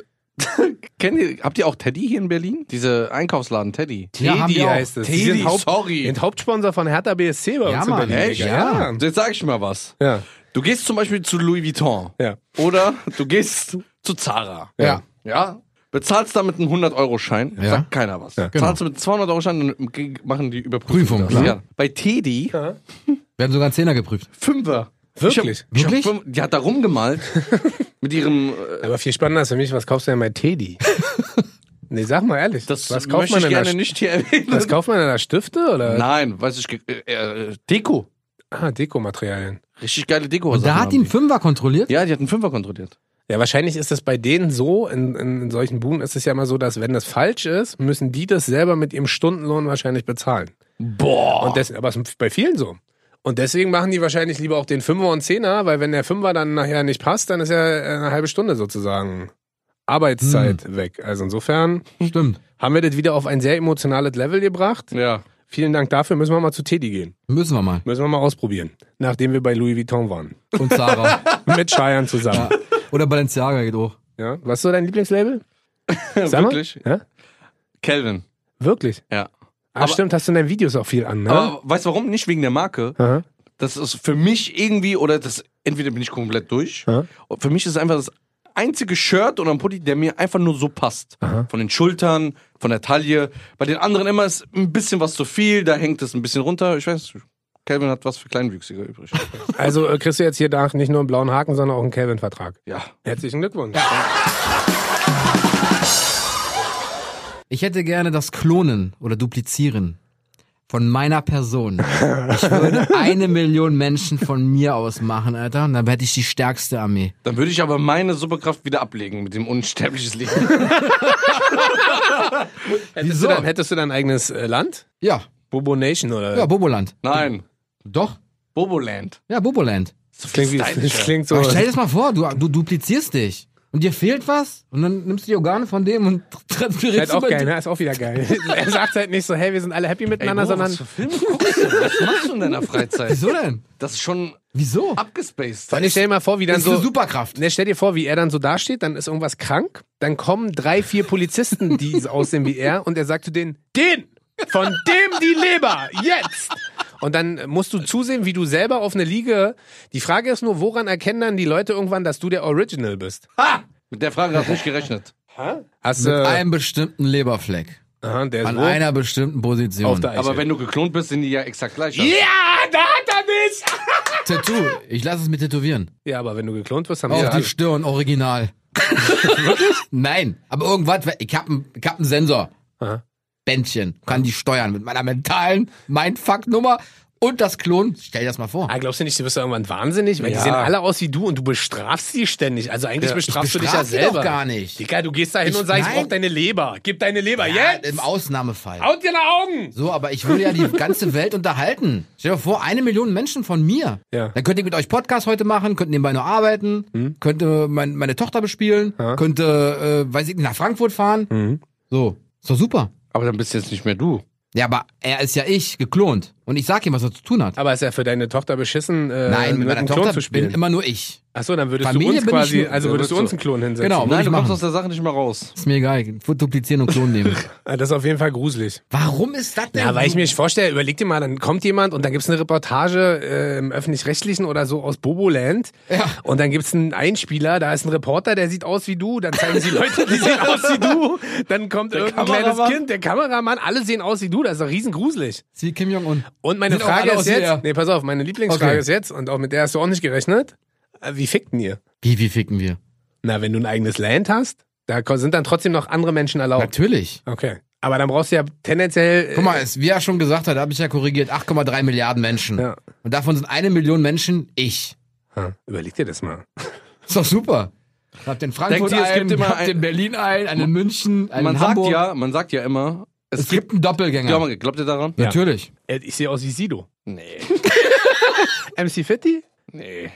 Speaker 1: w- Kennt ihr, habt ihr auch Teddy hier in Berlin? Diese Einkaufsladen Teddy.
Speaker 2: Ja, haben
Speaker 3: Teddy
Speaker 2: wir auch.
Speaker 3: heißt es.
Speaker 1: Teddy,
Speaker 3: Die sind Haupt
Speaker 1: sorry.
Speaker 3: sind Hauptsponsor von Hertha BSC bei
Speaker 2: Ja,
Speaker 3: uns in
Speaker 2: Mann,
Speaker 3: Berlin.
Speaker 2: echt?
Speaker 3: Ja.
Speaker 1: So, Jetzt sag ich mal was.
Speaker 3: Ja.
Speaker 1: Du gehst zum Beispiel zu Louis Vuitton.
Speaker 3: Ja.
Speaker 1: Oder du gehst zu Zara.
Speaker 2: Ja.
Speaker 1: Ja? Bezahlst damit einen 100-Euro-Schein,
Speaker 2: Ja.
Speaker 1: sagt keiner was.
Speaker 3: Ja. genau.
Speaker 1: Zahlst du mit 200-Euro-Schein, dann ge- machen die Überprüfung. das.
Speaker 2: Prüfung, klar.
Speaker 1: Ja. Bei Teddy,
Speaker 2: Wir haben sogar einen Zehner geprüft.
Speaker 1: Fünfer.
Speaker 3: Wirklich?
Speaker 1: Ich hab,
Speaker 2: Wirklich?
Speaker 1: Ich hab, fünf- die hat da rumgemalt. mit ihrem, äh,
Speaker 3: Aber viel spannender ist für mich, was kaufst du denn bei Teddy? nee, sag mal ehrlich.
Speaker 1: das
Speaker 3: was kauft
Speaker 1: möchte
Speaker 3: man
Speaker 1: ich
Speaker 3: denn da?
Speaker 1: gerne nicht hier erwähnen.
Speaker 3: Was kauft man denn da? Stifte oder?
Speaker 1: Nein, weiß ich, ge- äh, äh, Deko.
Speaker 3: Ah, Dekomaterialien.
Speaker 1: Richtig geile Deko.
Speaker 2: Da hat ihn Fünfer kontrolliert?
Speaker 1: Ja, die hat einen Fünfer kontrolliert.
Speaker 3: Ja, wahrscheinlich ist es bei denen so, in, in, in solchen Buden ist es ja immer so, dass wenn das falsch ist, müssen die das selber mit ihrem Stundenlohn wahrscheinlich bezahlen.
Speaker 1: Boah.
Speaker 3: Und das, aber es ist bei vielen so. Und deswegen machen die wahrscheinlich lieber auch den Fünfer und Zehner, weil wenn der Fünfer dann nachher nicht passt, dann ist ja eine halbe Stunde sozusagen Arbeitszeit
Speaker 1: Hm.
Speaker 3: weg. Also insofern
Speaker 2: Stimmt.
Speaker 3: haben wir das wieder auf ein sehr emotionales Level gebracht.
Speaker 1: ja.
Speaker 3: Vielen Dank dafür. Müssen wir mal zu Teddy gehen.
Speaker 2: Müssen wir mal.
Speaker 3: Müssen wir mal ausprobieren. Nachdem wir bei Louis Vuitton waren.
Speaker 2: Und Sarah.
Speaker 3: Mit Scheiern zusammen.
Speaker 2: Oder Balenciaga geht auch.
Speaker 3: Ja. Was ist so dein Lieblingslabel? Sag mal.
Speaker 1: Wirklich?
Speaker 3: Ja?
Speaker 1: Calvin.
Speaker 3: Wirklich?
Speaker 1: Ja.
Speaker 3: Ah,
Speaker 1: Aber-
Speaker 3: stimmt, hast du in deinen Videos auch viel an, ne?
Speaker 1: Aber weißt du warum? Nicht wegen der Marke.
Speaker 3: Aha.
Speaker 1: Das ist für mich irgendwie, oder das, entweder bin ich komplett durch.
Speaker 3: Ja.
Speaker 1: Und für mich ist es einfach das einzige Shirt oder ein Pulli, der mir einfach nur so passt. Von den Schultern, von der Taille. Bei den anderen immer ist ein bisschen was zu viel, da hängt es ein bisschen runter. Ich weiß, Calvin hat was für Kleinwüchsige übrig.
Speaker 3: Also äh, kriegst du jetzt hier nach nicht nur einen blauen Haken, sondern auch einen Calvin-Vertrag.
Speaker 1: ja.
Speaker 3: Herzlichen Glückwunsch.
Speaker 2: Ich hätte gerne das Klonen oder Duplizieren von meiner Person. Ich würde eine Million Menschen von mir aus machen, Alter. Und dann hätte ich die stärkste Armee.
Speaker 1: Dann würde ich aber meine Superkraft wieder ablegen mit dem unsterbliches Leben.
Speaker 3: Hättest,
Speaker 2: Wieso?
Speaker 3: du dein, hättest du dein eigenes äh, Land?
Speaker 2: Ja,
Speaker 3: Bobo Nation oder?
Speaker 2: ja, Boboland.
Speaker 1: Nein.
Speaker 2: Doch,
Speaker 1: Boboland.
Speaker 2: ja, Boboland.
Speaker 1: Das
Speaker 3: klingt, wie, das klingt so.
Speaker 2: Aber stell dir das mal vor, du, du duplizierst dich. Und dir fehlt was? Und dann nimmst du die Organe von dem und transferierst
Speaker 3: Halt auch
Speaker 2: über
Speaker 3: geil, ne? Ist auch wieder geil. er sagt halt nicht so, hey, wir sind alle happy
Speaker 1: Ey,
Speaker 3: miteinander,
Speaker 1: Bro,
Speaker 3: sondern.
Speaker 1: was für Filme guckst du? Was machst du in deiner Freizeit?
Speaker 2: Wieso denn?
Speaker 1: Das ist schon
Speaker 2: Wieso?
Speaker 1: abgespaced.
Speaker 3: Und ich stell dir mal vor, wie dann
Speaker 2: Das ist eine
Speaker 3: so.
Speaker 2: Superkraft.
Speaker 3: Ne, stell dir vor, wie er dann so dasteht, dann ist irgendwas krank, dann kommen drei, vier Polizisten, die so aussehen wie er, und er sagt zu denen, den! Von dem die Leber! Jetzt! Und dann musst du zusehen, wie du selber auf eine Liege. Die Frage ist nur, woran erkennen dann die Leute irgendwann, dass du der Original bist?
Speaker 1: Mit der Frage hast du nicht gerechnet.
Speaker 3: Hast
Speaker 2: Mit
Speaker 3: du.
Speaker 2: einem bestimmten Leberfleck.
Speaker 3: Aha, der ist
Speaker 2: An
Speaker 3: wo?
Speaker 2: einer bestimmten Position.
Speaker 3: auf der Eichel.
Speaker 1: Aber wenn du geklont bist, sind die ja exakt gleich.
Speaker 3: Ja, da hat er mich!
Speaker 2: Tattoo. Ich lasse es mir tätowieren.
Speaker 3: Ja, aber wenn du geklont wirst, haben
Speaker 2: Auf
Speaker 3: wir
Speaker 2: die
Speaker 3: alle.
Speaker 2: Stirn, original. Wirklich? Nein, aber irgendwas, ich hab einen ich hab einen Sensor.
Speaker 3: Aha.
Speaker 2: Bändchen, kann die steuern mit meiner mentalen Mindfuck-Nummer und das Klon. Stell dir das mal vor.
Speaker 3: Ah, glaubst du nicht, du wirst doch irgendwann wahnsinnig? Weil
Speaker 1: Ja.
Speaker 3: die sehen alle aus wie du und du bestrafst sie ständig. Also eigentlich bestrafst du dich ja
Speaker 2: bestraf die doch
Speaker 3: selber.
Speaker 2: gar nicht.
Speaker 3: Digga, du gehst da hin
Speaker 2: Ich-
Speaker 3: und sagst, ich
Speaker 2: nein.
Speaker 3: brauch deine Leber. Gib deine Leber
Speaker 2: Ja,
Speaker 3: Ah, jetzt!
Speaker 2: Im Ausnahmefall.
Speaker 3: Haut dir nach Augen!
Speaker 2: So, aber ich würde ja die ganze Welt unterhalten. Stell dir vor, eine Million Menschen von mir.
Speaker 3: Ja. Hm.
Speaker 2: Dann könnte ich mit euch Podcast heute machen, könnte nebenbei nur arbeiten, könnte mein, meine Tochter bespielen, könnte, äh, weiß ich nicht, nach Frankfurt fahren.
Speaker 3: Hm.
Speaker 2: So, ist doch super.
Speaker 1: Aber dann bist du jetzt nicht mehr du.
Speaker 2: Ja, aber er ist ja ich, geklont. Und ich sag ihm, was er zu tun hat.
Speaker 3: Aber ist ja für deine Tochter beschissen, äh,
Speaker 2: Nein, mit
Speaker 3: mit
Speaker 2: meiner
Speaker 3: einem Klon
Speaker 2: Tochter
Speaker 3: zu
Speaker 2: bin
Speaker 3: spielen.
Speaker 2: immer nur ich.
Speaker 3: Achso, dann würdest
Speaker 2: Familie
Speaker 3: du uns
Speaker 2: bin ich
Speaker 3: quasi,
Speaker 2: nur-
Speaker 3: also würdest du
Speaker 1: würdest
Speaker 3: uns
Speaker 1: du-
Speaker 3: einen Klon hinsetzen.
Speaker 2: Genau.
Speaker 1: Nein,
Speaker 2: ich
Speaker 1: du
Speaker 2: machen.
Speaker 1: kommst aus der Sache nicht mehr raus.
Speaker 2: Ist mir egal. Ich würde duplizieren und Klon nehmen.
Speaker 3: Ah, Das ist auf jeden Fall gruselig.
Speaker 2: Warum ist das denn?
Speaker 3: Ja, weil ich mir nicht vorstelle, überleg dir mal, dann kommt jemand und dann gibt's eine Reportage äh, im öffentlich-rechtlichen oder so aus Boboland. Ja. Und dann gibt's einen Einspieler, da ist ein Reporter, der sieht aus wie du. Dann zeigen sie Leute, die sehen aus wie du. Dann kommt irgendein kleines
Speaker 1: Kameramann.
Speaker 3: Kind, der Kameramann, alle sehen aus wie du. Das ist doch riesengruselig.
Speaker 2: Ist wie Kim Jong-un.
Speaker 3: Und meine
Speaker 2: Sind auch
Speaker 3: Frage
Speaker 2: alle
Speaker 3: ist
Speaker 2: aus hier.
Speaker 3: jetzt, nee, pass auf, meine Lieblingsfrage
Speaker 2: Okay.
Speaker 3: ist jetzt, und auch mit der hast du auch nicht gerechnet, äh, wie fickten ihr?
Speaker 2: Wie, wie ficken wir?
Speaker 3: Na, wenn du ein eigenes Land hast, da ko- sind dann trotzdem noch andere Menschen erlaubt.
Speaker 2: Natürlich.
Speaker 3: Okay. Aber dann brauchst du ja tendenziell. äh,
Speaker 2: Guck mal, es, wie er schon gesagt hat, habe ich ja korrigiert, 8,3 Milliarden Menschen.
Speaker 3: Ja.
Speaker 2: Und davon sind eine Million Menschen ich.
Speaker 3: Hm, Überleg dir das mal.
Speaker 2: Ist doch super. Ihr habt in Frankfurt
Speaker 1: Denkt ihr, es
Speaker 2: einen,
Speaker 1: gibt immer
Speaker 2: ihr habt
Speaker 1: ein-
Speaker 2: in Berlin einen, einen in München, einen
Speaker 1: Man
Speaker 2: in
Speaker 1: sagt
Speaker 2: Hamburg.
Speaker 1: ja, man sagt ja immer, es,
Speaker 2: es
Speaker 1: gibt.
Speaker 2: gibt einen Doppelgänger.
Speaker 1: Glaub mal, Glaubt ihr daran?
Speaker 3: Ja.
Speaker 2: Natürlich.
Speaker 3: Äh, Ich sehe aus wie Sido.
Speaker 1: Nee.
Speaker 3: MC Fitty?
Speaker 1: nee.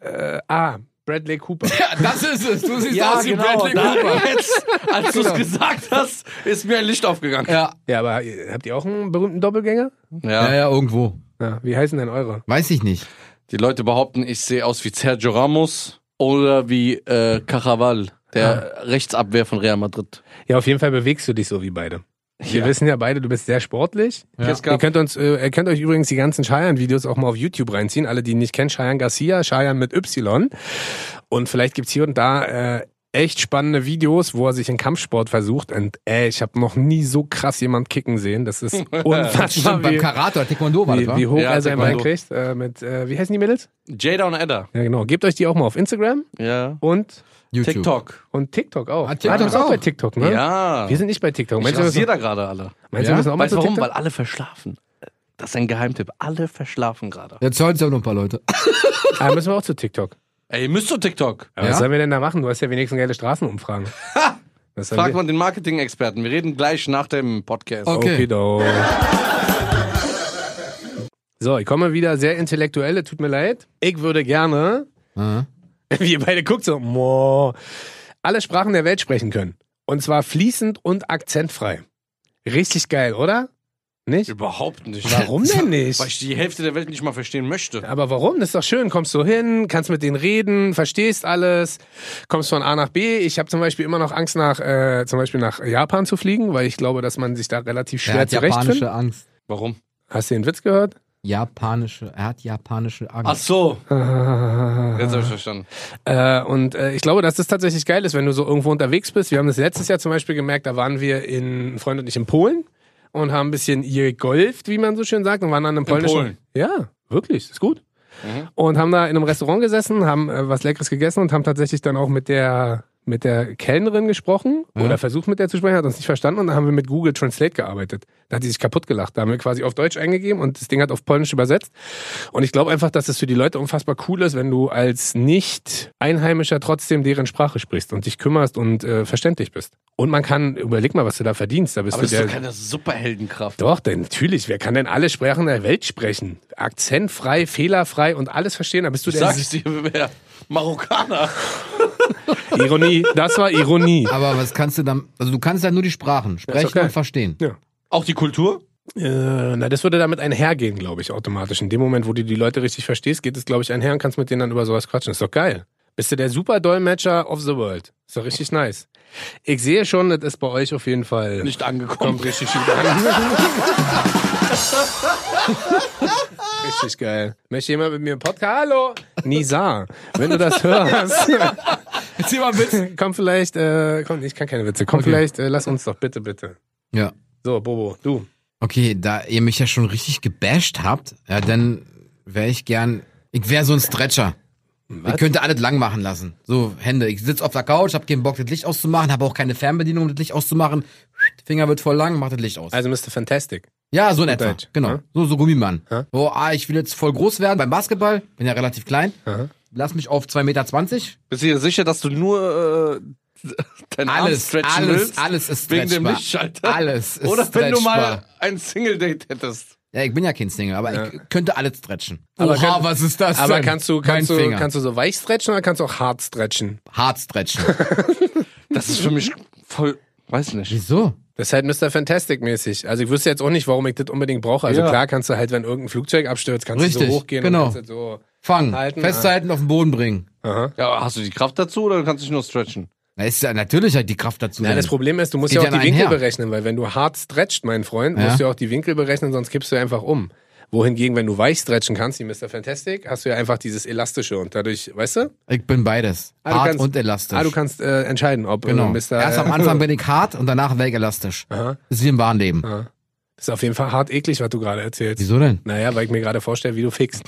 Speaker 3: Äh, ah, Bradley Cooper.
Speaker 2: Ja, das ist es. Du siehst aus wie Bradley
Speaker 1: da-
Speaker 2: Cooper.
Speaker 1: Jetzt, als du es
Speaker 2: Genau.
Speaker 1: gesagt hast, ist mir ein Licht aufgegangen.
Speaker 2: Ja.
Speaker 3: ja, aber äh, habt ihr auch einen berühmten Doppelgänger?
Speaker 2: ja,
Speaker 1: Ja.
Speaker 2: ja, irgendwo.
Speaker 3: Ja, wie heißen denn eure?
Speaker 2: Weiß ich nicht.
Speaker 1: Die Leute behaupten, ich sehe aus wie Sergio Ramos oder wie äh, Caraval, der
Speaker 3: Ah.
Speaker 1: Rechtsabwehr von Real Madrid.
Speaker 3: Ja, auf jeden Fall bewegst du dich so wie beide. Wir
Speaker 1: Ja.
Speaker 3: wissen ja beide, du bist sehr sportlich.
Speaker 1: Ja.
Speaker 3: Ihr könnt uns, äh, ihr könnt euch übrigens die ganzen Scheiern-Videos auch mal auf YouTube reinziehen. Alle, die ihn nicht kennen, Scheiern Garcia, Scheiern mit Y. Und vielleicht gibt's hier und da äh, echt spannende Videos, wo er sich in Kampfsport versucht. Und ey, ich habe noch nie so krass jemand kicken sehen. Das ist unfassbar,
Speaker 2: Stimmt, beim
Speaker 3: wie,
Speaker 2: Karate oder Taekwondo war das,
Speaker 3: wie,
Speaker 2: wa?
Speaker 3: wie hoch
Speaker 1: Ja,
Speaker 3: er sein Bein
Speaker 1: Taekwondo.
Speaker 3: kriegt. Äh, mit, äh, wie heißen die Mädels?
Speaker 1: Jada und Edda.
Speaker 3: Ja, genau. Gebt euch die auch mal auf Instagram
Speaker 1: Ja.
Speaker 3: und,
Speaker 2: YouTube.
Speaker 1: TikTok.
Speaker 3: und TikTok auch.
Speaker 2: Ah, TikTok
Speaker 3: Ah, du bist auch
Speaker 2: auch.
Speaker 3: bei TikTok, ne?
Speaker 1: Ja.
Speaker 3: Wir sind nicht bei TikTok.
Speaker 1: ich
Speaker 3: Meinst du, wir
Speaker 1: rasiere
Speaker 3: müssen-
Speaker 1: da gerade alle.
Speaker 3: meinst du,
Speaker 2: Ja?
Speaker 3: wir müssen auch mal
Speaker 1: Weißt
Speaker 3: zu
Speaker 1: du warum?
Speaker 3: TikTok?
Speaker 1: Weil alle verschlafen. Das ist ein Geheimtipp. Alle verschlafen gerade.
Speaker 2: Jetzt hören es auch noch ein paar Leute.
Speaker 3: Ah, müssen wir auch zu TikTok.
Speaker 1: Ey, ihr müsst zu TikTok.
Speaker 3: Aber
Speaker 2: Ja?
Speaker 3: was sollen wir denn da machen? Du hast ja wenigstens geile Straßenumfragen. Was sollen
Speaker 1: Fragt
Speaker 3: wir-
Speaker 1: man den Marketing-Experten. Wir reden gleich nach dem Podcast.
Speaker 2: Okay.
Speaker 3: Okido. So, ich komme wieder sehr intellektuelle, tut mir leid. Ich würde gerne,
Speaker 2: Aha.
Speaker 3: wie ihr beide guckt, so, moah, alle Sprachen der Welt sprechen können. Und zwar fließend und akzentfrei. Richtig geil, oder? Nicht?
Speaker 1: Überhaupt nicht.
Speaker 3: Warum denn
Speaker 1: Weil ich
Speaker 3: nicht?
Speaker 1: die Hälfte der Welt nicht mal verstehen möchte.
Speaker 3: Aber warum? Das ist doch schön. Kommst du hin, kannst mit denen reden, verstehst alles, kommst von A nach B. Ich habe zum Beispiel immer noch Angst, nach, äh, zum Beispiel nach Japan zu fliegen, weil ich glaube, dass man sich da relativ
Speaker 2: Er
Speaker 3: schwer
Speaker 2: hat
Speaker 3: zurechtfindet.
Speaker 2: japanische Angst.
Speaker 1: Warum?
Speaker 3: Hast du den Witz gehört?
Speaker 2: Japanische, er hat japanische
Speaker 1: Ach
Speaker 2: Angst.
Speaker 1: so. Jetzt habe ich verstanden.
Speaker 3: Äh, und äh, ich glaube, dass das tatsächlich geil ist, wenn du so irgendwo unterwegs bist. Wir haben das letztes Jahr zum Beispiel gemerkt, da waren wir in, ein Freund und ich in Polen und haben ein bisschen ihr golft, wie man so schön sagt, und waren dann im polnischen.
Speaker 1: Polen?
Speaker 3: Ja, wirklich, ist gut. Und haben da in einem Restaurant gesessen, haben äh, was Leckeres gegessen und haben tatsächlich dann auch mit der mit der Kellnerin gesprochen oder versucht mit der zu sprechen, hat uns nicht verstanden und dann haben wir mit Google Translate gearbeitet. Da hat die sich kaputt gelacht. Da haben wir quasi auf Deutsch eingegeben und das Ding hat auf Polnisch übersetzt. Und ich glaube einfach, dass es für die Leute unfassbar cool ist, wenn du als Nicht-Einheimischer trotzdem deren Sprache sprichst und dich kümmerst und äh, verständlich bist. Und man kann, überleg mal, was du da verdienst. Da bist
Speaker 1: Aber
Speaker 3: du
Speaker 1: das ist
Speaker 3: der.
Speaker 1: doch keine Superheldenkraft.
Speaker 3: Doch, denn natürlich. Wer kann denn alle Sprachen der Welt sprechen? Akzentfrei, fehlerfrei und alles verstehen. Da bist du der.
Speaker 1: Sag ich dir, wer? Marokkaner.
Speaker 3: Ironie. Das war Ironie.
Speaker 2: Aber was kannst du dann, also du kannst ja nur die Sprachen sprechen
Speaker 3: okay.
Speaker 2: und verstehen.
Speaker 1: Auch die Kultur?
Speaker 3: Äh, na, das würde damit einhergehen, glaube ich, automatisch. In dem Moment, wo du die Leute richtig verstehst, geht es, glaube ich, einher und kannst mit denen dann über sowas quatschen. Ist doch geil. Bist du der super Dolmetscher of the World. Ist doch richtig nice. Ich sehe schon, das ist bei euch auf jeden Fall.
Speaker 1: Nicht angekommen.
Speaker 3: kommt richtig gut an. richtig geil. Möchte jemand mit mir einen Podcast? Hallo! Nisa, wenn du das hörst,
Speaker 2: Jetzt mal Witz.
Speaker 3: komm vielleicht, äh, komm, ich kann keine Witze. Komm
Speaker 2: Okay.
Speaker 3: vielleicht, äh, lass uns doch bitte, bitte.
Speaker 2: Ja.
Speaker 3: So, Bobo, du.
Speaker 2: Okay, da ihr mich ja schon richtig gebasht habt, ja, dann wäre ich gern, ich wäre so ein Stretcher. Ich könnte alles lang machen lassen. So, Hände. Ich sitze auf der Couch, hab keinen Bock, das Licht auszumachen, habe auch keine Fernbedienung, um das Licht auszumachen. Finger wird voll lang, mach das Licht aus.
Speaker 3: Also Mr. Fantastic.
Speaker 2: ja, so in etwa.
Speaker 3: Deutsch,
Speaker 2: Genau.
Speaker 3: ja?
Speaker 2: So, so Gummimann.
Speaker 3: Ja?
Speaker 2: Oh, ah, ich will jetzt voll groß werden beim Basketball. Bin ja relativ klein.
Speaker 3: Aha.
Speaker 2: Lass mich auf 2,20 Meter.
Speaker 1: Bist du dir sicher, dass du nur äh, deinen Arm
Speaker 2: Alles,
Speaker 1: stretchen
Speaker 2: alles,
Speaker 1: willst?
Speaker 2: alles ist
Speaker 1: Wegen dem
Speaker 2: stretchbar.
Speaker 1: Lichtschalter?
Speaker 2: Alles ist
Speaker 1: Oder wenn du mal
Speaker 2: stretchbar.
Speaker 1: ein Single-Date hättest.
Speaker 2: Ja, ich bin ja kein Single, aber ich könnte alles stretchen.
Speaker 3: Aber
Speaker 2: Oha,
Speaker 3: kann-
Speaker 2: was ist das
Speaker 3: Aber
Speaker 2: denn?
Speaker 3: kannst du,
Speaker 2: Kein
Speaker 3: kannst, du,
Speaker 2: Finger.
Speaker 3: kannst du so weich stretchen oder kannst du auch hart stretchen?
Speaker 2: hart stretchen.
Speaker 1: Das ist für mich voll. Weiß nicht.
Speaker 2: Wieso?
Speaker 3: Das ist halt Mr. Fantastic-mäßig. Also ich wüsste jetzt auch nicht, warum ich das unbedingt brauche. Also
Speaker 1: Ja.
Speaker 3: klar kannst du halt, wenn irgendein Flugzeug abstürzt, kannst du
Speaker 2: Richtig,
Speaker 3: so hochgehen
Speaker 2: genau.
Speaker 3: und kannst halt so.
Speaker 2: Fangen,
Speaker 3: Halten,
Speaker 2: festhalten, auf den Boden bringen.
Speaker 3: Aha.
Speaker 1: Ja, aber hast du die Kraft dazu oder kannst du dich nur stretchen?
Speaker 2: Da ist ja natürlich halt die Kraft dazu.
Speaker 3: Ja,
Speaker 2: denn-
Speaker 3: das Problem ist, du musst
Speaker 2: Geht
Speaker 3: ja auch
Speaker 2: ja
Speaker 3: die Winkel
Speaker 2: einher.
Speaker 3: berechnen, weil wenn du hart stretcht, mein Freund,
Speaker 2: Ja.
Speaker 3: musst du ja auch die Winkel berechnen, sonst kippst du einfach um. Wohingegen, wenn du weich stretchen kannst, wie Mr. Fantastic, hast du ja einfach dieses Elastische und dadurch, weißt du?
Speaker 2: ich bin beides.
Speaker 3: du
Speaker 2: hart
Speaker 3: kannst-
Speaker 2: und elastisch.
Speaker 3: Ah, du kannst äh, entscheiden, ob äh,
Speaker 2: genau.
Speaker 3: Mr.
Speaker 2: Erst am
Speaker 3: äh,
Speaker 2: Anfang bin ich hart und danach wäre ich elastisch.
Speaker 3: Aha.
Speaker 2: Das ist wie im wahren Leben.
Speaker 3: Ist auf jeden Fall hart eklig, was du gerade erzählst.
Speaker 2: Wieso denn?
Speaker 3: Naja, weil ich mir gerade vorstelle, wie du fickst.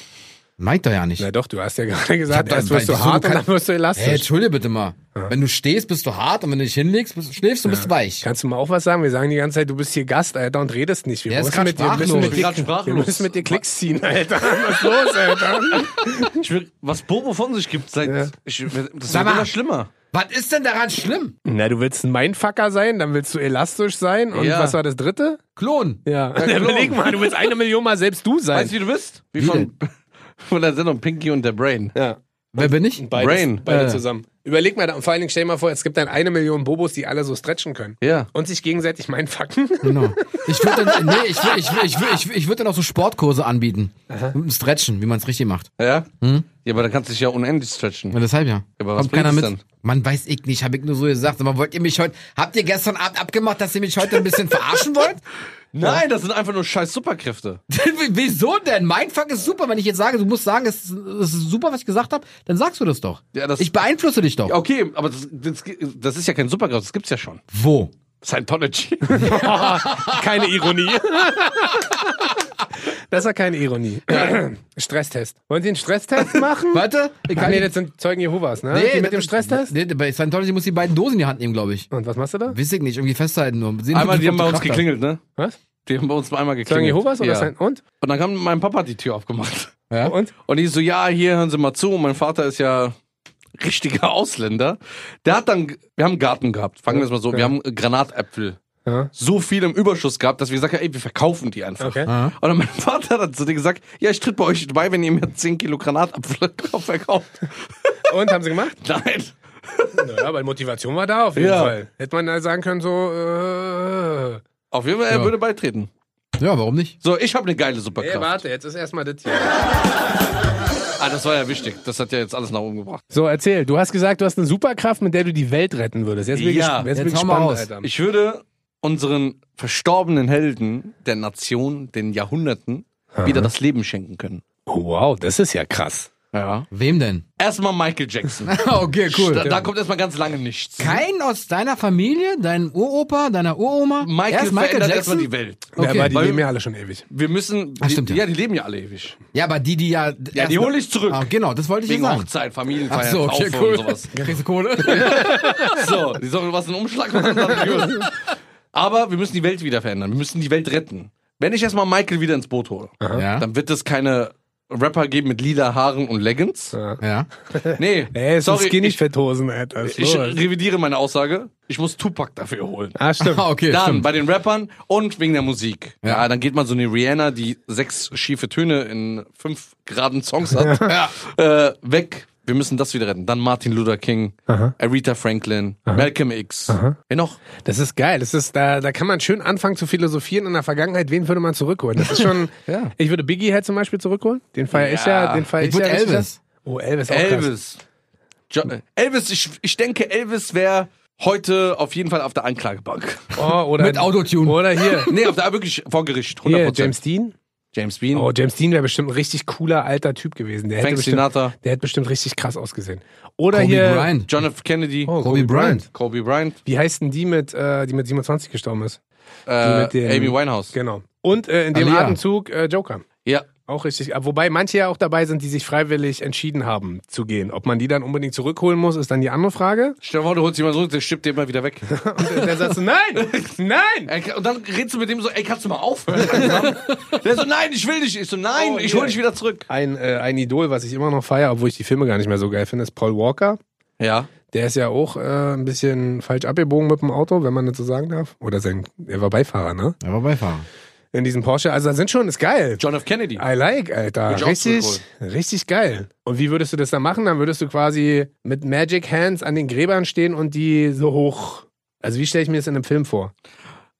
Speaker 2: Meint doch ja nicht.
Speaker 3: Na doch, du hast ja gerade gesagt,
Speaker 2: hab-
Speaker 3: erst wirst
Speaker 2: weil-
Speaker 3: du
Speaker 2: wieso,
Speaker 3: hart
Speaker 2: du
Speaker 3: und
Speaker 2: kann-
Speaker 3: dann wirst du
Speaker 2: Ey,
Speaker 3: elastisch.
Speaker 2: entschuldige bitte mal. Wenn du stehst, bist du hart und wenn du dich hinlegst, bist, schläfst du bist weich.
Speaker 3: Kannst du mal auch was sagen? Wir sagen die ganze Zeit, du bist hier Gast, Alter, und redest nicht. Wir
Speaker 2: Der ist
Speaker 3: müssen
Speaker 2: grad
Speaker 3: mit dir, wir müssen
Speaker 2: sprachlos.
Speaker 3: mit
Speaker 1: Ich bin
Speaker 3: dir,
Speaker 1: grad sprachlos.
Speaker 3: wir müssen mit dir Klicks ziehen, Alter. Was ist los, Alter?
Speaker 1: Ich will, was Bobo von sich gibt, seit. Ich, das wird
Speaker 2: mal.
Speaker 1: immer schlimmer.
Speaker 2: Was ist denn daran schlimm?
Speaker 3: Na, du willst ein Mindfucker sein, dann willst du elastisch sein und
Speaker 1: Ja.
Speaker 3: was war das dritte?
Speaker 2: Klon.
Speaker 3: Ja. Überleg mal, du willst eine Million Mal selbst du sein.
Speaker 1: Weißt du, wie du bist? Wie,
Speaker 2: Wie
Speaker 1: von, von der Sendung Pinky und der Brain.
Speaker 3: ja.
Speaker 2: Wer bin ich?
Speaker 3: Beides,
Speaker 1: Brain.
Speaker 3: Beide
Speaker 2: Ja.
Speaker 3: zusammen. Überleg mal, da- und vor allen Dingen stell dir mal vor, es gibt dann eine Million Bobos, die alle so stretchen können.
Speaker 1: Ja.
Speaker 3: Und sich gegenseitig mindfucken.
Speaker 2: Genau. Ich würde dann, nee, ich würd, ich würd, ich würd, ich würd, ich würd dann auch so Sportkurse anbieten. Mit dem Stretchen, wie man es richtig macht.
Speaker 1: Ja? Ja, aber dann kannst du dich ja unendlich stretchen.
Speaker 2: Ja, deshalb ja.
Speaker 1: Aber was
Speaker 2: Kommt keiner mit.
Speaker 1: bringt's
Speaker 2: Man weiß ich nicht, hab ich nur so gesagt. Aber wollt ihr mich heute, habt ihr gestern Abend abgemacht, dass ihr mich heute ein bisschen verarschen wollt?
Speaker 1: Nein, das sind einfach nur scheiß Superkräfte.
Speaker 2: W- Wieso denn? Mein Fuck ist super. Wenn ich jetzt sage, du musst sagen, es es ist super, was ich gesagt habe, dann sagst du das doch.
Speaker 1: Ja, das-
Speaker 2: ich beeinflusse dich doch.
Speaker 1: Okay, aber das, das, das ist ja kein Superkraft, das gibt's ja schon.
Speaker 2: Wo?
Speaker 1: Scientology.
Speaker 3: keine Ironie. das war keine Ironie. Stresstest. Wollen Sie einen Stresstest machen?
Speaker 2: Warte, ich
Speaker 3: Ah,
Speaker 2: kann
Speaker 3: nee,
Speaker 2: nicht.
Speaker 3: das sind Zeugen Jehovas, ne? Die mit dem Stresstest?
Speaker 2: Nee, bei Scientology muss die beiden Dosen in die Hand nehmen, glaube ich.
Speaker 3: Und was machst du da?
Speaker 2: Weiß ich nicht, irgendwie festhalten nur. Sehen,
Speaker 1: Einmal,
Speaker 2: ob
Speaker 1: die haben bei uns
Speaker 2: Kraft hat.
Speaker 1: geklingelt, ne?
Speaker 3: Was?
Speaker 1: Die haben bei uns mal einmal geklingelt.
Speaker 3: Zeugen Jehovas oder
Speaker 1: ja.
Speaker 3: sein? Und?
Speaker 1: Und dann kam mein Papa die Tür aufgemacht.
Speaker 2: Ja?
Speaker 3: Und?
Speaker 1: Und ich so, ja, hier hören Sie mal zu. Und mein Vater ist ja richtiger Ausländer. Der hat dann, wir haben einen Garten gehabt. Fangen wir es mal so. Wir haben Granatäpfel.
Speaker 3: Ja.
Speaker 1: So viel im Überschuss gehabt, dass wir gesagt haben, ey, wir verkaufen die einfach.
Speaker 3: Okay.
Speaker 2: Ah.
Speaker 1: Und dann mein Vater hat dann zu dir gesagt, ja, ich tritt bei euch dabei, wenn ihr mir 10 Kilo Granatapfel verkauft.
Speaker 3: Und haben sie gemacht?
Speaker 1: Nein.
Speaker 3: Naja, weil Motivation war da auf jeden
Speaker 1: Ja.
Speaker 3: Fall. Hätte man da sagen können, so, äh.
Speaker 1: Auf jeden Fall, er
Speaker 2: Ja.
Speaker 1: würde beitreten.
Speaker 2: ja, warum nicht?
Speaker 1: So, ich habe eine geile
Speaker 3: Ey,
Speaker 1: Superkraft.
Speaker 3: warte, jetzt ist erstmal das hier.
Speaker 1: ah, das war ja wichtig. Das hat ja jetzt alles nach oben gebracht.
Speaker 3: So, erzähl. Du hast gesagt, du hast eine Superkraft, mit der du die Welt retten würdest. Jetzt bin ich,
Speaker 1: Ja,
Speaker 3: gesp jetzt
Speaker 2: jetzt
Speaker 3: bin ich
Speaker 2: hau mal
Speaker 3: gespannt,
Speaker 2: raus.
Speaker 3: Alter.
Speaker 1: Ich würde unseren verstorbenen Helden der Nation, den Jahrhunderten, wieder das Leben schenken können.
Speaker 3: Oh, wow, das ist ja krass.
Speaker 1: Ja.
Speaker 2: Wem denn?
Speaker 1: Erstmal Michael Jackson.
Speaker 2: okay,
Speaker 1: da, da kommt erstmal ganz lange nichts.
Speaker 2: Kein aus deiner Familie, dein Uropa, deiner Uroma?
Speaker 1: Michael
Speaker 2: Erst Michael
Speaker 1: verändert
Speaker 2: Jackson?
Speaker 1: erstmal die Welt.
Speaker 3: Okay.
Speaker 2: Okay.
Speaker 3: Ja, aber die
Speaker 1: Weil-
Speaker 3: leben ja alle schon ewig.
Speaker 1: Wir müssen.
Speaker 2: Ach, stimmt,
Speaker 1: die,
Speaker 2: ja.
Speaker 1: die leben ja alle ewig.
Speaker 2: Ja, aber die, die ja.
Speaker 1: Ja, die hole ich zurück.
Speaker 2: Ah, genau, das wollte ich
Speaker 1: Wegen
Speaker 2: ja sagen.
Speaker 1: Hochzeit, Familienfeier,
Speaker 2: Ach so, okay,
Speaker 1: Taufe
Speaker 2: cool.
Speaker 1: und sowas.
Speaker 2: Kriegst du Kohle?
Speaker 1: So, die sollen was in Umschlag machen. Dann gut. Aber wir müssen die Welt wieder verändern. Wir müssen die Welt retten. Wenn ich erstmal Michael wieder ins Boot hole,
Speaker 2: Ja.
Speaker 1: dann wird es keine Rapper geben mit lila Haaren und Leggings.
Speaker 2: ja.
Speaker 1: Nee,
Speaker 3: Ey, es
Speaker 1: sorry,
Speaker 3: sind skinny Oh, also-
Speaker 1: ich,
Speaker 3: Fetthosen, Alter. Was
Speaker 1: ich
Speaker 3: los?
Speaker 1: revidiere meine Aussage. Ich muss Tupac dafür holen.
Speaker 3: Ah, stimmt.
Speaker 2: Ah, okay.
Speaker 1: Dann
Speaker 2: stimmt.
Speaker 1: bei den Rappern und wegen der Musik. Ja.
Speaker 2: Ja.
Speaker 1: dann geht man so eine Rihanna, die sechs schiefe Töne in fünf geraden Songs hat, äh, weg. Wir müssen das wieder retten. Dann Martin Luther King, Aretha Franklin, Malcolm X. Wer noch?
Speaker 3: Das ist geil. Das ist, da, da kann man schön anfangen zu philosophieren in der Vergangenheit. Wen würde man zurückholen? Das ist schon. Ich würde Biggie halt zum Beispiel zurückholen. Den feier ich
Speaker 1: Ja.
Speaker 3: ja. Den feier ich,
Speaker 2: Ich würde
Speaker 3: ja richtig.
Speaker 2: Elvis.
Speaker 3: Oh, Elvis auch Krass.
Speaker 1: Elvis. Jo äh, Elvis, ich, ich denke, Elvis wäre heute auf jeden Fall auf der Anklagebank.
Speaker 3: Oh, oder
Speaker 2: Mit Autotune.
Speaker 3: Oder hier.
Speaker 1: Nee, auf der wirklich vor Gericht. 100%.
Speaker 3: Hier, James Dean.
Speaker 1: James Bean.
Speaker 3: Oh, James Dean wäre bestimmt ein richtig cooler alter Typ gewesen. Der hätte
Speaker 1: Frank
Speaker 3: bestimmt,
Speaker 1: Sinatra.
Speaker 3: der hätte bestimmt richtig krass ausgesehen. Oder
Speaker 2: Kobe
Speaker 3: hier.
Speaker 2: Bryant.
Speaker 1: John F. Kennedy.
Speaker 3: Oh,
Speaker 2: Kobe Bryant.
Speaker 1: Kobe Bryant.
Speaker 3: Wie heißt denn die mit, äh, die mit 27 gestorben ist?
Speaker 1: Äh,
Speaker 3: mit den-
Speaker 1: Amy Winehouse.
Speaker 3: Genau. Und äh, in dem
Speaker 2: Alia.
Speaker 3: Atemzug äh, Joker.
Speaker 1: Ja.
Speaker 3: Auch richtig. Aber Wobei manche ja auch dabei sind, die sich freiwillig entschieden haben zu gehen. Ob man die dann unbedingt zurückholen muss, ist dann die andere Frage.
Speaker 1: Stell dir vor, du holst jemanden so, der stirbt dir immer wieder weg.
Speaker 3: Und äh, dann sagst du, nein, nein.
Speaker 1: Ey, Und dann redest du mit dem so, ey, kannst du mal aufhören? langsam? der so, nein, ich will nicht. Ich so, nein,
Speaker 3: Oh,
Speaker 1: ich
Speaker 3: yeah.
Speaker 1: hol dich wieder zurück.
Speaker 3: Ein, äh, ein Idol, was ich immer noch feiere, obwohl ich die Filme gar nicht mehr so geil finde, ist Paul Walker.
Speaker 1: Ja.
Speaker 3: Der ist ja auch äh, ein bisschen falsch abgebogen mit dem Auto, wenn man das so sagen darf. Oder sein, er war Beifahrer, ne?
Speaker 2: Er war Beifahrer.
Speaker 3: In diesem Porsche. Also da sind schon, ist geil.
Speaker 1: John F. Kennedy.
Speaker 3: I like, Alter.
Speaker 1: Würde ich auch
Speaker 3: Richtig, richtig geil. Und wie würdest du das dann machen? Dann würdest du quasi mit Magic Hands an den Gräbern stehen und die so hoch. Also wie stelle ich mir das in einem Film vor?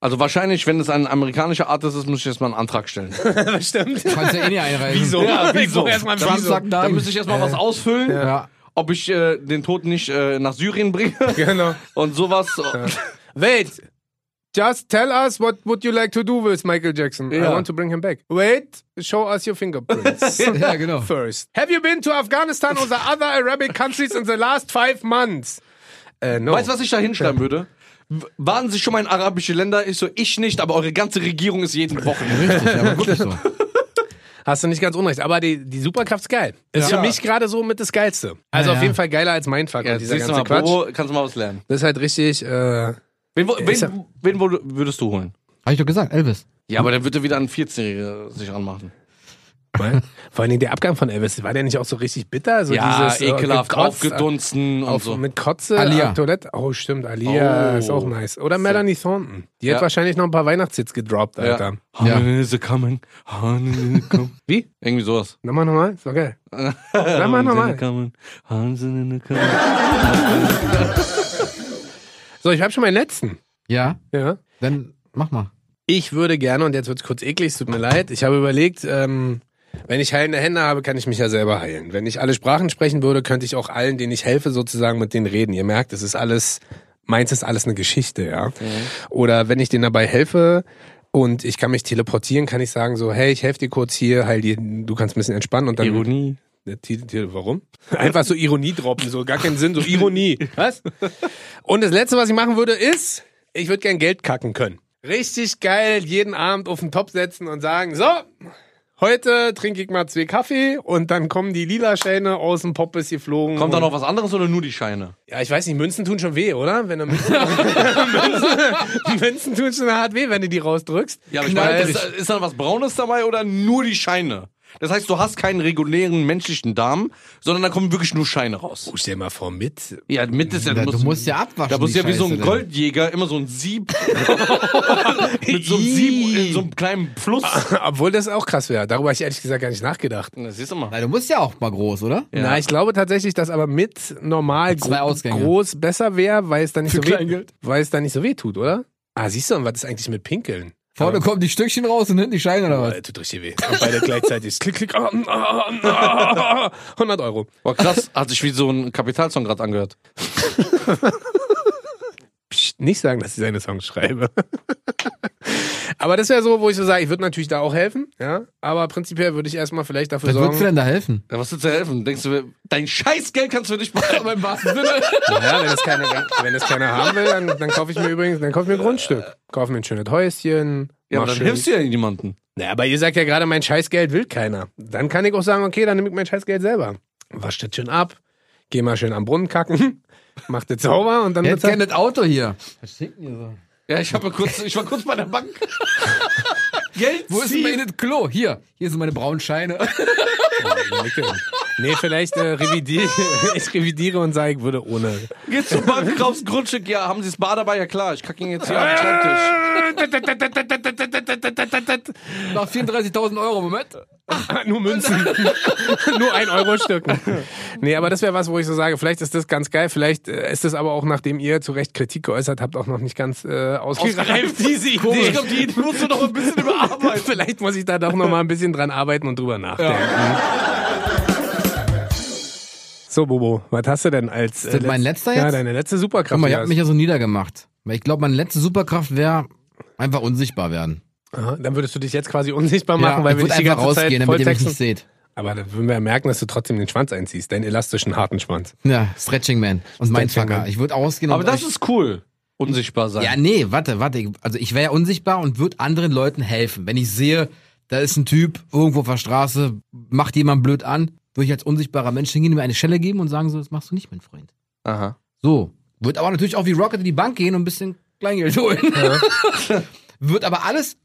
Speaker 1: Also wahrscheinlich, wenn es ein amerikanischer Artist ist, muss ich erstmal einen Antrag stellen.
Speaker 3: Stimmt.
Speaker 2: Kannst ja eh nicht einreisen.
Speaker 1: Ja, wieso?
Speaker 3: erstmal
Speaker 2: Trump
Speaker 3: wieso.
Speaker 2: sagt
Speaker 1: Dann
Speaker 2: nein.
Speaker 1: müsste ich erstmal was ausfüllen.
Speaker 2: ja.
Speaker 1: ob ich äh, den Tod nicht äh, nach Syrien bringe
Speaker 3: Genau.
Speaker 1: und sowas.
Speaker 3: Wait. Just tell us what would you like to do with Michael Jackson. I
Speaker 1: Ja.
Speaker 3: want to bring him back. Wait, show us your fingerprints.
Speaker 2: ja, genau.
Speaker 3: First. Have you been to Afghanistan or the other Arabic countries in the last five months? Äh, no.
Speaker 1: Weißt du, was ich da hinschreiben würde? w- waren Sie schon mal in arabische Länder? Ich so, ich nicht, aber eure ganze Regierung ist jeden Wochen.
Speaker 2: Richtig, aber wirklich so.
Speaker 3: Hast du nicht ganz unrecht, aber die, die Superkraft ist geil. Ist
Speaker 1: Ja.
Speaker 3: für mich gerade so mit das Geilste. Also
Speaker 2: Ja,
Speaker 3: auf
Speaker 2: ja.
Speaker 3: jeden Fall geiler als Mindfuck und dieser
Speaker 1: siehst du
Speaker 3: ganze
Speaker 1: mal,
Speaker 3: Quatsch.
Speaker 1: Bobo, kannst du mal was lernen.
Speaker 3: Das ist halt richtig, äh,
Speaker 1: Wen, wo-
Speaker 3: Ist
Speaker 1: wen, wen wo- würdest du holen?
Speaker 2: Hab ich doch gesagt, Elvis.
Speaker 1: Ja, aber dann wird er wieder einen 14-Jähriger sich anmachen.
Speaker 3: Weil, vor allen Dingen der Abgang von Elvis, war der nicht auch so richtig bitter? So
Speaker 1: ja,
Speaker 3: dieses, äh,
Speaker 1: ekelhaft,
Speaker 3: gekotzt,
Speaker 1: aufgedunsen und
Speaker 3: Auf,
Speaker 1: so.
Speaker 3: Mit Kotze
Speaker 2: Alia.
Speaker 3: auf Toilette. Oh, stimmt, Alia
Speaker 1: Oh.
Speaker 3: ist auch nice. Oder Melanie Thornton. Die
Speaker 1: Ja.
Speaker 3: hat wahrscheinlich noch ein paar Weihnachtshits gedroppt, Alter.
Speaker 1: Ja. Honey is a coming, honey is a coming.
Speaker 3: Wie?
Speaker 1: Irgendwie sowas.
Speaker 3: Nochmal, nochmal? Ist doch geil. Sag mal
Speaker 1: Honey
Speaker 3: nochmal.
Speaker 1: is a coming, honey is a coming.
Speaker 3: So, ich habe schon meinen letzten.
Speaker 2: Ja,
Speaker 3: Ja.
Speaker 2: dann mach mal.
Speaker 3: Ich würde gerne, und jetzt wird's kurz eklig, es tut mir leid, ich habe überlegt, ähm, wenn ich heilende Hände habe, kann ich mich ja selber heilen. Wenn ich alle Sprachen sprechen würde, könnte ich auch allen, denen ich helfe, sozusagen mit denen reden. Ihr merkt, es ist alles, meins ist alles eine Geschichte, ja. Oder wenn ich denen dabei helfe und ich kann mich teleportieren, kann ich sagen so, hey, ich helfe dir kurz hier, heil dir, du kannst ein bisschen entspannen und dann...
Speaker 1: Ironie.
Speaker 3: Der Titel, Titel, warum? Einfach so Ironie droppen, so gar keinen Sinn, so Ironie. Was? Und das Letzte, was ich machen würde, ist, ich würde gern Geld kacken können. Richtig geil, jeden Abend auf den Topf setzen und sagen, so, heute trinke ich mal zwei Kaffee und dann kommen die lila Scheine aus dem Poppes geflogen.
Speaker 1: Kommt da
Speaker 3: und-
Speaker 1: noch was anderes oder nur die Scheine?
Speaker 3: Ja, ich weiß nicht, Münzen tun schon weh, oder? Wenn du Münzen, Münzen, Münzen tun schon hart weh, wenn du die rausdrückst.
Speaker 1: Ja, aber ich meine, ist, ist dann was Braunes dabei oder nur die Scheine? Das heißt, du hast keinen regulären menschlichen Darm, sondern da kommen wirklich nur Scheine raus.
Speaker 3: Oh, stell mal vor, mit
Speaker 1: Ja, mit ist ja,
Speaker 2: Ja, du musst ja abwaschen.
Speaker 1: Da musst
Speaker 2: die
Speaker 1: du ja wie so ein
Speaker 2: Scheiße, ne?
Speaker 1: Goldjäger immer so ein Sieb. mit so einem Sieb in so einem kleinen Fluss.
Speaker 3: Obwohl das auch krass wäre. Darüber habe ich ehrlich gesagt gar nicht nachgedacht.
Speaker 1: Das siehst du mal.
Speaker 2: Weil du musst ja auch mal groß, oder?
Speaker 1: Ja.
Speaker 3: Na, ich glaube tatsächlich, dass aber mit normal
Speaker 2: Zwei
Speaker 3: gro
Speaker 2: Ausgänge.
Speaker 3: groß besser wäre, weil es dann
Speaker 2: Für
Speaker 3: nicht so weh,
Speaker 2: Kleingeld.
Speaker 3: weil es dann nicht so weh tut, oder? Ah, siehst du, und was ist eigentlich mit Pinkeln?
Speaker 2: Vorne
Speaker 3: Aber-
Speaker 2: kommen die Stückchen raus und hinten die Scheine oder
Speaker 3: Boah,
Speaker 2: was?
Speaker 3: das tut richtig weh. Und beide gleichzeitig. Klick, klick. ah, ah, ah, ah, 100 Euro.
Speaker 1: Boah, krass, hat sich wie so ein Kapitalsong gerade angehört.
Speaker 3: Psst, nicht sagen, dass ich seine Songs schreibe. aber das wäre so, wo ich so sage, ich würde natürlich da auch helfen, ja. Aber prinzipiell würde ich erstmal vielleicht dafür
Speaker 2: Was würdest du denn
Speaker 3: sorgen.
Speaker 2: da helfen?
Speaker 1: Ja, was willst du helfen? Denkst du, dein Scheißgeld kannst du nicht behalten?
Speaker 2: im wahrsten Sinne.
Speaker 3: Ja, wenn es keiner, wenn es keiner haben will, dann, dann kaufe ich mir übrigens, dann kaufe ich mir ein Grundstück. Kaufe mir ein schönes Häuschen.
Speaker 1: Ja, aber
Speaker 3: mach
Speaker 1: dann
Speaker 3: schön-
Speaker 1: hilfst du ja niemandem.
Speaker 3: Naja, aber ihr sagt ja gerade, mein Scheißgeld will keiner. Dann kann ich auch sagen, okay, dann nehme ich mein Scheißgeld selber. Wasch das schön ab, geh mal schön am Brunnen kacken, mach das sauber und dann halt
Speaker 2: Jetzt
Speaker 3: bezahlt-
Speaker 2: kennt das Auto hier. Was schickt denn so?
Speaker 1: Ja, ich, hab mal kurz, ich war kurz bei der Bank. Geld
Speaker 2: Wo ist
Speaker 1: ziehen.
Speaker 2: denn mein das Klo? Hier, hier sind meine braunen Scheine.
Speaker 3: Nee, vielleicht äh, revidiere ich revidiere und sage, ich würde ohne.
Speaker 1: Gehst zur Bank, kaufst Grundstück, ja, haben sie das Bar dabei? Ja klar, ich kacke ihn jetzt hier auf den Schreibtisch.
Speaker 2: Nach 34.000 Euro, Moment.
Speaker 3: Nur Münzen. Nur ein Euro Stück. Nee, aber das wäre was, wo ich so sage, vielleicht ist das ganz geil, vielleicht äh, ist das aber auch, nachdem ihr zu Recht Kritik geäußert habt, auch noch nicht ganz äh, ausgereift, diese Idee.
Speaker 1: Ich glaube, die musst du noch ein bisschen überarbeiten.
Speaker 3: Vielleicht muss ich da doch noch mal ein bisschen dran arbeiten und drüber nachdenken. So, Bobo, was hast du denn als. äh,
Speaker 2: das mein letzter
Speaker 3: Ja,
Speaker 2: jetzt?
Speaker 3: deine letzte Superkraft.
Speaker 2: Guck mal,
Speaker 3: die
Speaker 2: ihr habt
Speaker 3: hast.
Speaker 2: mich ja so niedergemacht. Weil ich glaube, meine letzte Superkraft wäre, einfach unsichtbar werden.
Speaker 3: Aha, dann würdest du dich jetzt quasi unsichtbar machen,
Speaker 2: ja,
Speaker 3: weil
Speaker 2: ich
Speaker 3: wir dich
Speaker 2: würd
Speaker 3: die
Speaker 2: einfach
Speaker 3: ganze Zeit
Speaker 2: rausgehen, damit ihr mich
Speaker 3: volltexten.
Speaker 2: nicht seht.
Speaker 3: Aber dann würden wir ja merken, dass du trotzdem den Schwanz einziehst, deinen elastischen, harten Schwanz.
Speaker 2: Ja, Stretching Man und Mindfucker.
Speaker 3: Man.
Speaker 2: Ich würde ausgehen
Speaker 1: Aber
Speaker 2: und
Speaker 1: das
Speaker 2: euch-
Speaker 1: ist cool. Unsichtbar sein.
Speaker 2: Ja, nee, warte, warte. Ich- Also ich wäre ja unsichtbar und würde anderen Leuten helfen. Wenn ich sehe, da ist ein Typ irgendwo auf der Straße, macht jemand blöd an, würde ich als unsichtbarer Mensch hingehen, ihm eine Schelle geben und sagen so, das machst du nicht, mein Freund.
Speaker 1: Aha.
Speaker 2: So. Wird aber natürlich auch wie Rocket in die Bank gehen und ein bisschen Kleingeld holen. wird aber alles,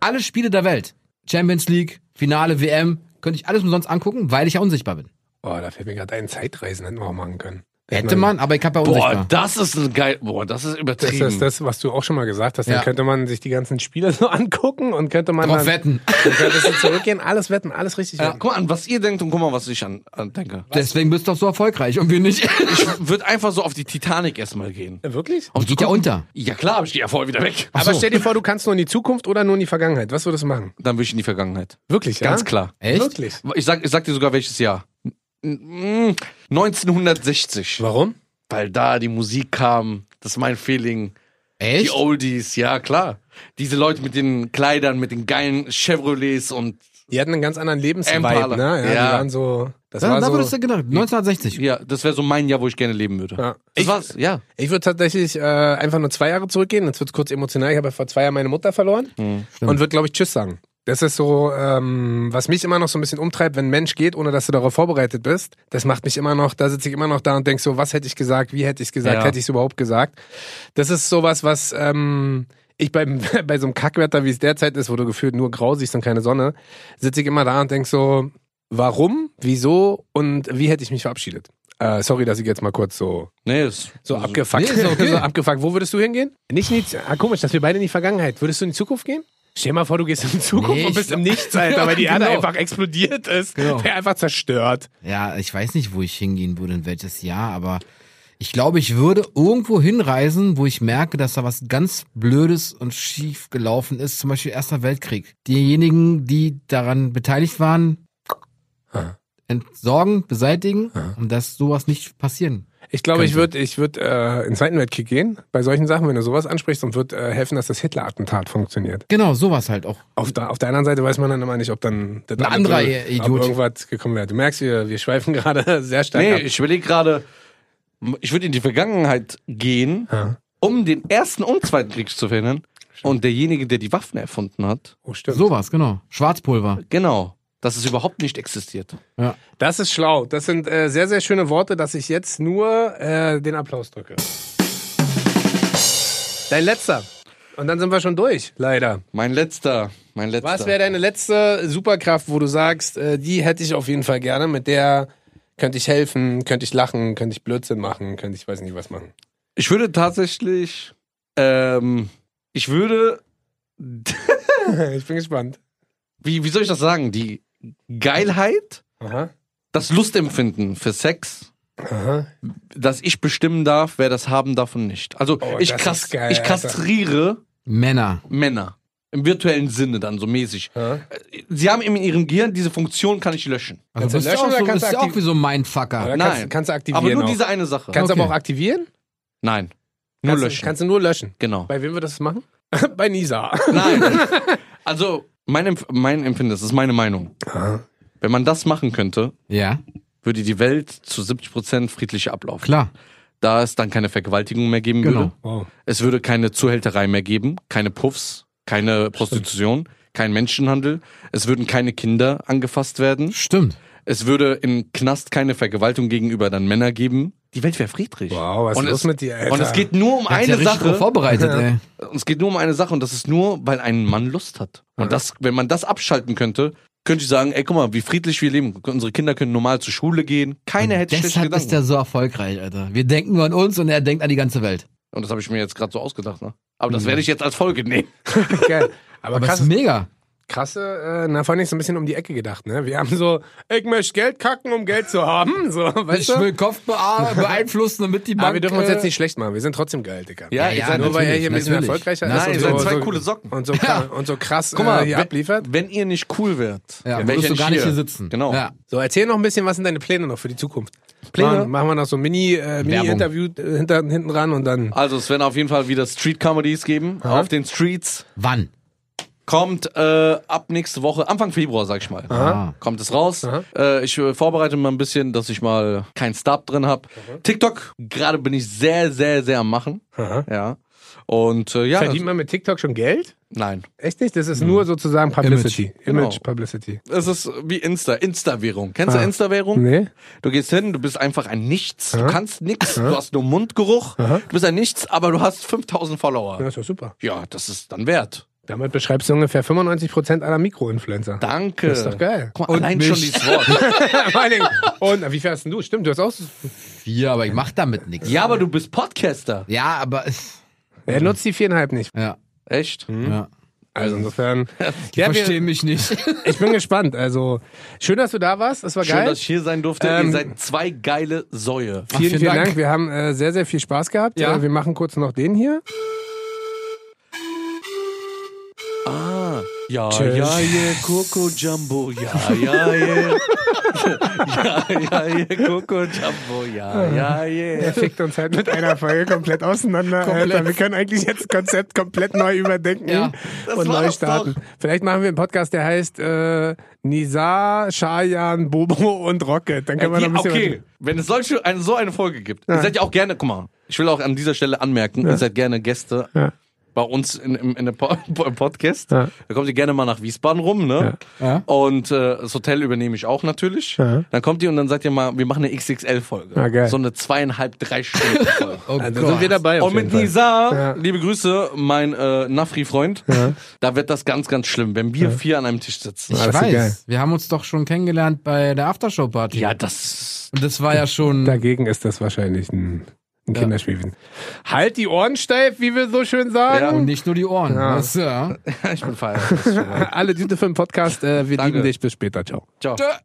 Speaker 2: alle Spiele der Welt, Champions League, Finale, WM, könnte ich alles umsonst angucken, weil ich ja unsichtbar bin.
Speaker 3: Oh, da fällt mir gerade ein, Zeitreisen hätten wir auch machen können.
Speaker 2: Hätte man, aber ich habe ja unsichtbar.
Speaker 1: Boah, das ist ein geil. Boah, das ist
Speaker 3: Das
Speaker 1: übertrieben.
Speaker 3: ist das, was du auch schon mal gesagt hast. Dann
Speaker 2: Ja.
Speaker 3: könnte man sich die ganzen Spieler so angucken und könnte man
Speaker 2: Drauf
Speaker 3: dann,
Speaker 2: wetten.
Speaker 3: dann könntest du zurückgehen, alles wetten, alles richtig
Speaker 1: Ja,
Speaker 3: wetten.
Speaker 1: guck mal an, was ihr denkt und guck mal, was ich an, an denke.
Speaker 2: Deswegen bist du doch so erfolgreich und wir nicht.
Speaker 1: Ich würde einfach so auf die Titanic erstmal gehen.
Speaker 3: Wirklich?
Speaker 2: Die geht ja unter.
Speaker 1: Ja klar, aber ich gehe ja voll wieder weg.
Speaker 3: Aber stell dir vor, du kannst nur in die Zukunft oder nur in die Vergangenheit. Was würdest du machen?
Speaker 1: Dann will ich in die Vergangenheit.
Speaker 3: Wirklich,
Speaker 1: Ganz
Speaker 3: ja?
Speaker 1: klar.
Speaker 2: Echt?
Speaker 3: Wirklich.
Speaker 1: Ich sag, ich sag dir sogar welches Jahr. Mm, 1960.
Speaker 3: Warum?
Speaker 1: Weil da die Musik kam, das ist mein Feeling. Die
Speaker 2: Echt?
Speaker 1: Oldies, ja klar. Diese Leute mit den Kleidern, mit den geilen Chevrolets und
Speaker 3: Die hatten einen ganz anderen Lebensvibe,
Speaker 1: Impala.
Speaker 3: ne? Ja, Die
Speaker 1: Ja.
Speaker 3: waren so. Das
Speaker 2: Da,
Speaker 3: war
Speaker 2: da
Speaker 3: so
Speaker 2: würdest du gedacht, 1960.
Speaker 1: Ja, das wäre so mein Jahr, wo ich gerne leben würde.
Speaker 3: Ja.
Speaker 1: Das
Speaker 3: Ich-
Speaker 1: war's, ja.
Speaker 3: Ich würde tatsächlich äh, einfach nur zwei Jahre zurückgehen. Jetzt wird's kurz emotional. Ich habe ja vor zwei Jahren meine Mutter verloren und würde, glaube ich, Tschüss sagen. Das ist so, ähm, was mich immer noch so ein bisschen umtreibt, wenn ein Mensch geht, ohne dass du darauf vorbereitet bist. Das macht mich immer noch, da sitze ich immer noch da und denk so, was hätte ich gesagt, wie hätte ich gesagt,
Speaker 1: Ja.
Speaker 3: hätte ich es überhaupt gesagt. Das ist sowas, was ähm, ich beim, bei so einem Kackwetter, wie es derzeit ist, wo du gefühlt nur grau siehst und keine Sonne, sitze ich immer da und denk so, warum, wieso und wie hätte ich mich verabschiedet? Äh, sorry, dass ich jetzt mal kurz so
Speaker 1: Nee, ist
Speaker 3: so abgefuckt.
Speaker 2: Nee, ist okay.
Speaker 3: so abgefuckt. Wo würdest du hingehen? Nicht in die, ah, komisch, dass wir beide in die Vergangenheit. Würdest du in die Zukunft gehen? Stell dir mal vor, du gehst in die Zukunft
Speaker 2: Nee,
Speaker 3: und
Speaker 2: ich
Speaker 3: bist
Speaker 2: glaub-
Speaker 3: im Nichts, Alter, weil die Erde
Speaker 2: Genau.
Speaker 3: einfach explodiert ist.
Speaker 2: Genau.
Speaker 3: Wäre einfach zerstört.
Speaker 2: Ja, ich weiß nicht, wo ich hingehen würde, in welches Jahr, aber ich glaube, ich würde irgendwo hinreisen, wo ich merke, dass da was ganz Blödes und schief gelaufen ist, zum Beispiel Erster Weltkrieg. Diejenigen, die daran beteiligt waren,
Speaker 3: Aha.
Speaker 2: entsorgen, beseitigen
Speaker 3: Aha.
Speaker 2: und dass sowas nicht passieren.
Speaker 3: Ich glaube,
Speaker 2: Könnte.
Speaker 3: ich würde ich würd, äh, in den Zweiten Weltkrieg gehen, bei solchen Sachen, wenn du sowas ansprichst und würde äh, helfen, dass das Hitler-Attentat funktioniert.
Speaker 2: Genau, sowas halt auch.
Speaker 3: Auf der, auf der anderen Seite weiß man dann immer nicht, ob dann das
Speaker 2: Ein
Speaker 3: andere-
Speaker 2: anderer Idiot.
Speaker 3: ob irgendwas gekommen wäre. Du merkst, wir, wir schweifen gerade sehr stark
Speaker 1: Nee,
Speaker 3: ab.
Speaker 1: ich überlege gerade, ich würde in die Vergangenheit gehen, um den Ersten und Zweiten Krieg zu verhindern. Und derjenige, der die Waffen erfunden hat,
Speaker 3: Oh, stimmt.
Speaker 2: Sowas, genau. Schwarzpulver.
Speaker 1: genau, dass es überhaupt nicht existiert.
Speaker 2: Ja.
Speaker 3: Das ist schlau. Das sind äh, sehr, sehr schöne Worte, dass ich jetzt nur äh, den Applaus drücke. Dein letzter. Und dann sind wir schon durch, leider.
Speaker 1: Mein letzter, mein letzter.
Speaker 3: Was wäre deine letzte Superkraft, wo du sagst, äh, die hätte ich auf jeden Fall gerne, mit der könnte ich helfen, könnte ich lachen, könnte ich Blödsinn machen, könnte ich weiß nicht was machen.
Speaker 1: Ich würde tatsächlich, ähm, ich würde,
Speaker 3: ich bin gespannt.
Speaker 1: wie, wie soll ich das sagen, die Geilheit,
Speaker 3: Aha.
Speaker 1: das Lustempfinden für Sex,
Speaker 3: Aha.
Speaker 1: dass ich bestimmen darf, wer das haben darf und nicht. Also
Speaker 3: Oh,
Speaker 1: ich,
Speaker 3: das
Speaker 1: kras
Speaker 3: ist geil,
Speaker 1: ich kastriere
Speaker 2: Männer.
Speaker 1: Männer. Im virtuellen Sinne dann so mäßig.
Speaker 3: Aha.
Speaker 1: Sie haben in ihrem Gehirn diese Funktion, kann ich löschen.
Speaker 2: Also
Speaker 3: Kannst du
Speaker 2: bist ja
Speaker 3: löschen
Speaker 2: auch
Speaker 3: oder
Speaker 2: so,
Speaker 3: kannst
Speaker 2: bist
Speaker 3: du
Speaker 2: ja auch
Speaker 3: aktiv-
Speaker 2: wie so ein Mindfucker.
Speaker 3: Oder
Speaker 1: Nein.
Speaker 3: Kannst, kannst du aktivieren.
Speaker 1: Aber nur
Speaker 3: auch.
Speaker 1: diese eine Sache.
Speaker 3: Kannst du
Speaker 2: Okay.
Speaker 3: aber auch aktivieren?
Speaker 1: Nein, nur
Speaker 3: Kannst, du-
Speaker 1: löschen.
Speaker 3: Kannst du nur löschen.
Speaker 1: genau.
Speaker 3: Bei wem wir das machen? Bei Nisa.
Speaker 1: Nein. Also mein, Empf mein Empfinden, das ist meine Meinung. Wenn man das machen könnte,
Speaker 2: Ja,
Speaker 1: würde die Welt zu 70% friedlich ablaufen.
Speaker 2: klar.
Speaker 1: Da es dann keine Vergewaltigung mehr geben
Speaker 2: Genau.
Speaker 1: würde.
Speaker 3: Wow.
Speaker 1: Es würde keine Zuhälterei mehr geben, keine Puffs, keine Prostitution, kein Menschenhandel. Es würden keine Kinder angefasst werden.
Speaker 2: Stimmt.
Speaker 1: Es würde im Knast keine Vergewaltigung gegenüber dann Männer geben. Die Welt wäre friedlich.
Speaker 3: Wow, was
Speaker 1: und
Speaker 3: ist los
Speaker 1: es,
Speaker 3: mit dir, Alter?
Speaker 1: Und es geht nur um
Speaker 2: Hat's
Speaker 1: eine
Speaker 2: ja richtig drauf
Speaker 1: Sache.
Speaker 2: vorbereitet, ey.
Speaker 1: Und Es geht nur um eine Sache und das ist nur, weil ein Mann Lust hat. Und das, wenn man das abschalten könnte, könnte ich sagen, ey, guck mal, wie friedlich wir leben. Unsere Kinder können normal zur Schule gehen. Keiner hätte schlechte
Speaker 2: Hm, Deshalb ist
Speaker 1: Gedanken.
Speaker 2: er so erfolgreich, Alter. Wir denken nur an uns und er denkt an die ganze Welt.
Speaker 1: Und das habe ich mir jetzt gerade so ausgedacht, ne? Aber das werde ich jetzt als Folge nehmen.
Speaker 3: Geil. Aber,
Speaker 2: Aber das
Speaker 3: krass,
Speaker 2: ist mega.
Speaker 3: krasse, äh, na, vor allem so ein bisschen um die Ecke gedacht, ne? Wir haben so, ich möchte Geld kacken, um Geld zu haben, so, weißt du?
Speaker 2: Kopf bea- beeinflussen, damit die
Speaker 3: Aber wir dürfen uns
Speaker 2: äh,
Speaker 3: jetzt nicht schlecht machen, wir sind trotzdem geil, Digga.
Speaker 1: Ja, ihr seid
Speaker 3: nur weil
Speaker 2: natürlich,
Speaker 3: er hier ein bisschen
Speaker 2: natürlich.
Speaker 3: erfolgreicher
Speaker 1: Nein, ihr
Speaker 3: ist.
Speaker 1: seid
Speaker 3: und so,
Speaker 1: zwei
Speaker 3: so,
Speaker 1: coole Socken.
Speaker 3: Und so,
Speaker 2: Ja.
Speaker 3: und so krass
Speaker 1: Guck mal,
Speaker 3: äh, hier
Speaker 1: we-
Speaker 3: abliefert.
Speaker 1: Wenn ihr nicht cool wärt,
Speaker 2: Ja,
Speaker 1: wär ich
Speaker 2: würdest du
Speaker 1: nicht
Speaker 2: gar nicht hier sitzen.
Speaker 1: Genau.
Speaker 2: Ja.
Speaker 3: So, erzähl noch ein bisschen, was sind deine Pläne noch für die Zukunft?
Speaker 1: Pläne?
Speaker 3: Machen, machen wir noch so ein Mini, äh, Mini-Interview äh, hinter, hinten ran und dann.
Speaker 1: Also es werden auf jeden Fall wieder Street-Comedies geben.
Speaker 3: Aha.
Speaker 1: Auf den Streets.
Speaker 2: Wann?
Speaker 1: Kommt äh, ab nächste Woche, Anfang Februar, sag ich mal.
Speaker 2: Ah.
Speaker 1: Kommt es raus.
Speaker 3: Aha.
Speaker 1: Äh, ich äh, vorbereite mal ein bisschen, dass ich mal keinen Stab drin habe. TikTok, gerade bin ich sehr, sehr, sehr am Machen.
Speaker 3: Aha.
Speaker 1: Ja. Und äh, ja,
Speaker 3: Verdient man mit TikTok schon Geld?
Speaker 1: nein.
Speaker 3: Echt nicht? Das ist nur sozusagen Publicity. Image,
Speaker 1: Genau.
Speaker 3: Publicity.
Speaker 1: Es ist wie Insta, Insta-Währung. Kennst
Speaker 3: Ah.
Speaker 1: du Insta-Währung?
Speaker 3: Nee?
Speaker 1: Du gehst hin, du bist einfach ein Nichts. Du kannst nichts. Du hast nur Mundgeruch. Du bist ein Nichts, aber du hast 5000 Follower.
Speaker 3: Ja, ist doch super.
Speaker 1: Ja, das ist dann wert.
Speaker 3: Damit beschreibst du ungefähr 95% aller Mikroinfluencer.
Speaker 1: Danke.
Speaker 3: Das ist doch geil.
Speaker 1: Guck mal,
Speaker 2: Und
Speaker 1: allein
Speaker 2: mich.
Speaker 1: schon dieses Wort.
Speaker 3: Vor allen Dingen- Und wie viel hast denn du? Stimmt, du hast auch.
Speaker 2: Vier, aber ich mach damit nichts.
Speaker 1: ja, aber du bist Podcaster.
Speaker 2: Ja, aber es-
Speaker 3: Er nutzt die viereinhalb nicht.
Speaker 2: ja.
Speaker 1: Echt?
Speaker 2: ja.
Speaker 3: Also insofern.
Speaker 2: Ich
Speaker 3: Ja,
Speaker 2: verstehe
Speaker 3: wir,
Speaker 2: mich nicht.
Speaker 3: ich bin gespannt. Also schön, dass du da warst. Es war
Speaker 1: Schön,
Speaker 3: geil.
Speaker 1: dass ich hier sein durfte.
Speaker 3: Ähm,
Speaker 1: Ihr seid zwei geile Säue.
Speaker 3: Vielen,
Speaker 2: vielen
Speaker 3: vielen Dank.
Speaker 2: Dank.
Speaker 3: Wir haben äh, sehr, sehr viel Spaß gehabt.
Speaker 2: Ja.
Speaker 3: Äh, wir machen kurz noch den hier.
Speaker 1: Ah, Ja, ja, yeah, Coco Jumbo, ja, ja, yeah. ja, ja, yeah, Coco Jumbo, ja, ja, yeah.
Speaker 3: Der fickt uns halt mit einer Folge komplett auseinander.
Speaker 2: Komplett.
Speaker 3: Alter, wir können eigentlich jetzt das Konzept komplett neu überdenken
Speaker 2: Ja,
Speaker 1: das
Speaker 3: und
Speaker 1: war
Speaker 3: neu
Speaker 1: doch
Speaker 3: starten. Vielleicht machen wir einen Podcast, der heißt äh, Nizar, Shayan, Bobo und Rocket. Dann können wir noch ein bisschen
Speaker 1: Äh, okay, wenn es solche, eine, so eine Folge gibt, ihr seid ja auch gerne, guck mal, ich will auch an dieser Stelle anmerken, ihr seid gerne Gäste
Speaker 3: Ja.
Speaker 1: bei uns in, in, in der Po- im Podcast.
Speaker 3: Ja.
Speaker 1: Da kommt ihr gerne mal nach Wiesbaden rum, ne?
Speaker 2: Ja.
Speaker 1: Und äh, das Hotel übernehme ich auch natürlich.
Speaker 3: Ja.
Speaker 1: Dann kommt ihr und dann seid ihr mal, wir machen eine XXL-Folge.
Speaker 3: Ah, geil.
Speaker 1: So eine zweieinhalb, drei Stunden Folge.
Speaker 2: Oh
Speaker 3: Dann Also sind wir dabei. Auf
Speaker 1: Und mit
Speaker 3: jeden Fall.
Speaker 1: Nizar,
Speaker 3: Ja.
Speaker 1: liebe Grüße, mein äh, Nafri-Freund,
Speaker 3: Ja.
Speaker 1: da wird das ganz, ganz schlimm, wenn wir vier an einem Tisch sitzen.
Speaker 3: Ja.
Speaker 2: Ich
Speaker 3: das ist
Speaker 2: weiß,
Speaker 3: geil.
Speaker 2: wir haben uns doch schon kennengelernt bei der Aftershow-Party.
Speaker 1: Ja, das.
Speaker 2: Und das war ja schon.
Speaker 3: Dagegen ist das wahrscheinlich ein, ein Kinderspielchen. Halt die Ohren steif, wie wir so schön
Speaker 1: Ja,
Speaker 2: Und
Speaker 3: sagen.
Speaker 2: nicht nur die Ohren.
Speaker 3: Ja.
Speaker 2: Das, ja.
Speaker 1: ich bin feierabend.
Speaker 3: Alle Düte für den Podcast. Äh, wir
Speaker 1: Danke.
Speaker 3: lieben dich. Bis später. Ciao.
Speaker 1: Ciao.
Speaker 2: Tschö.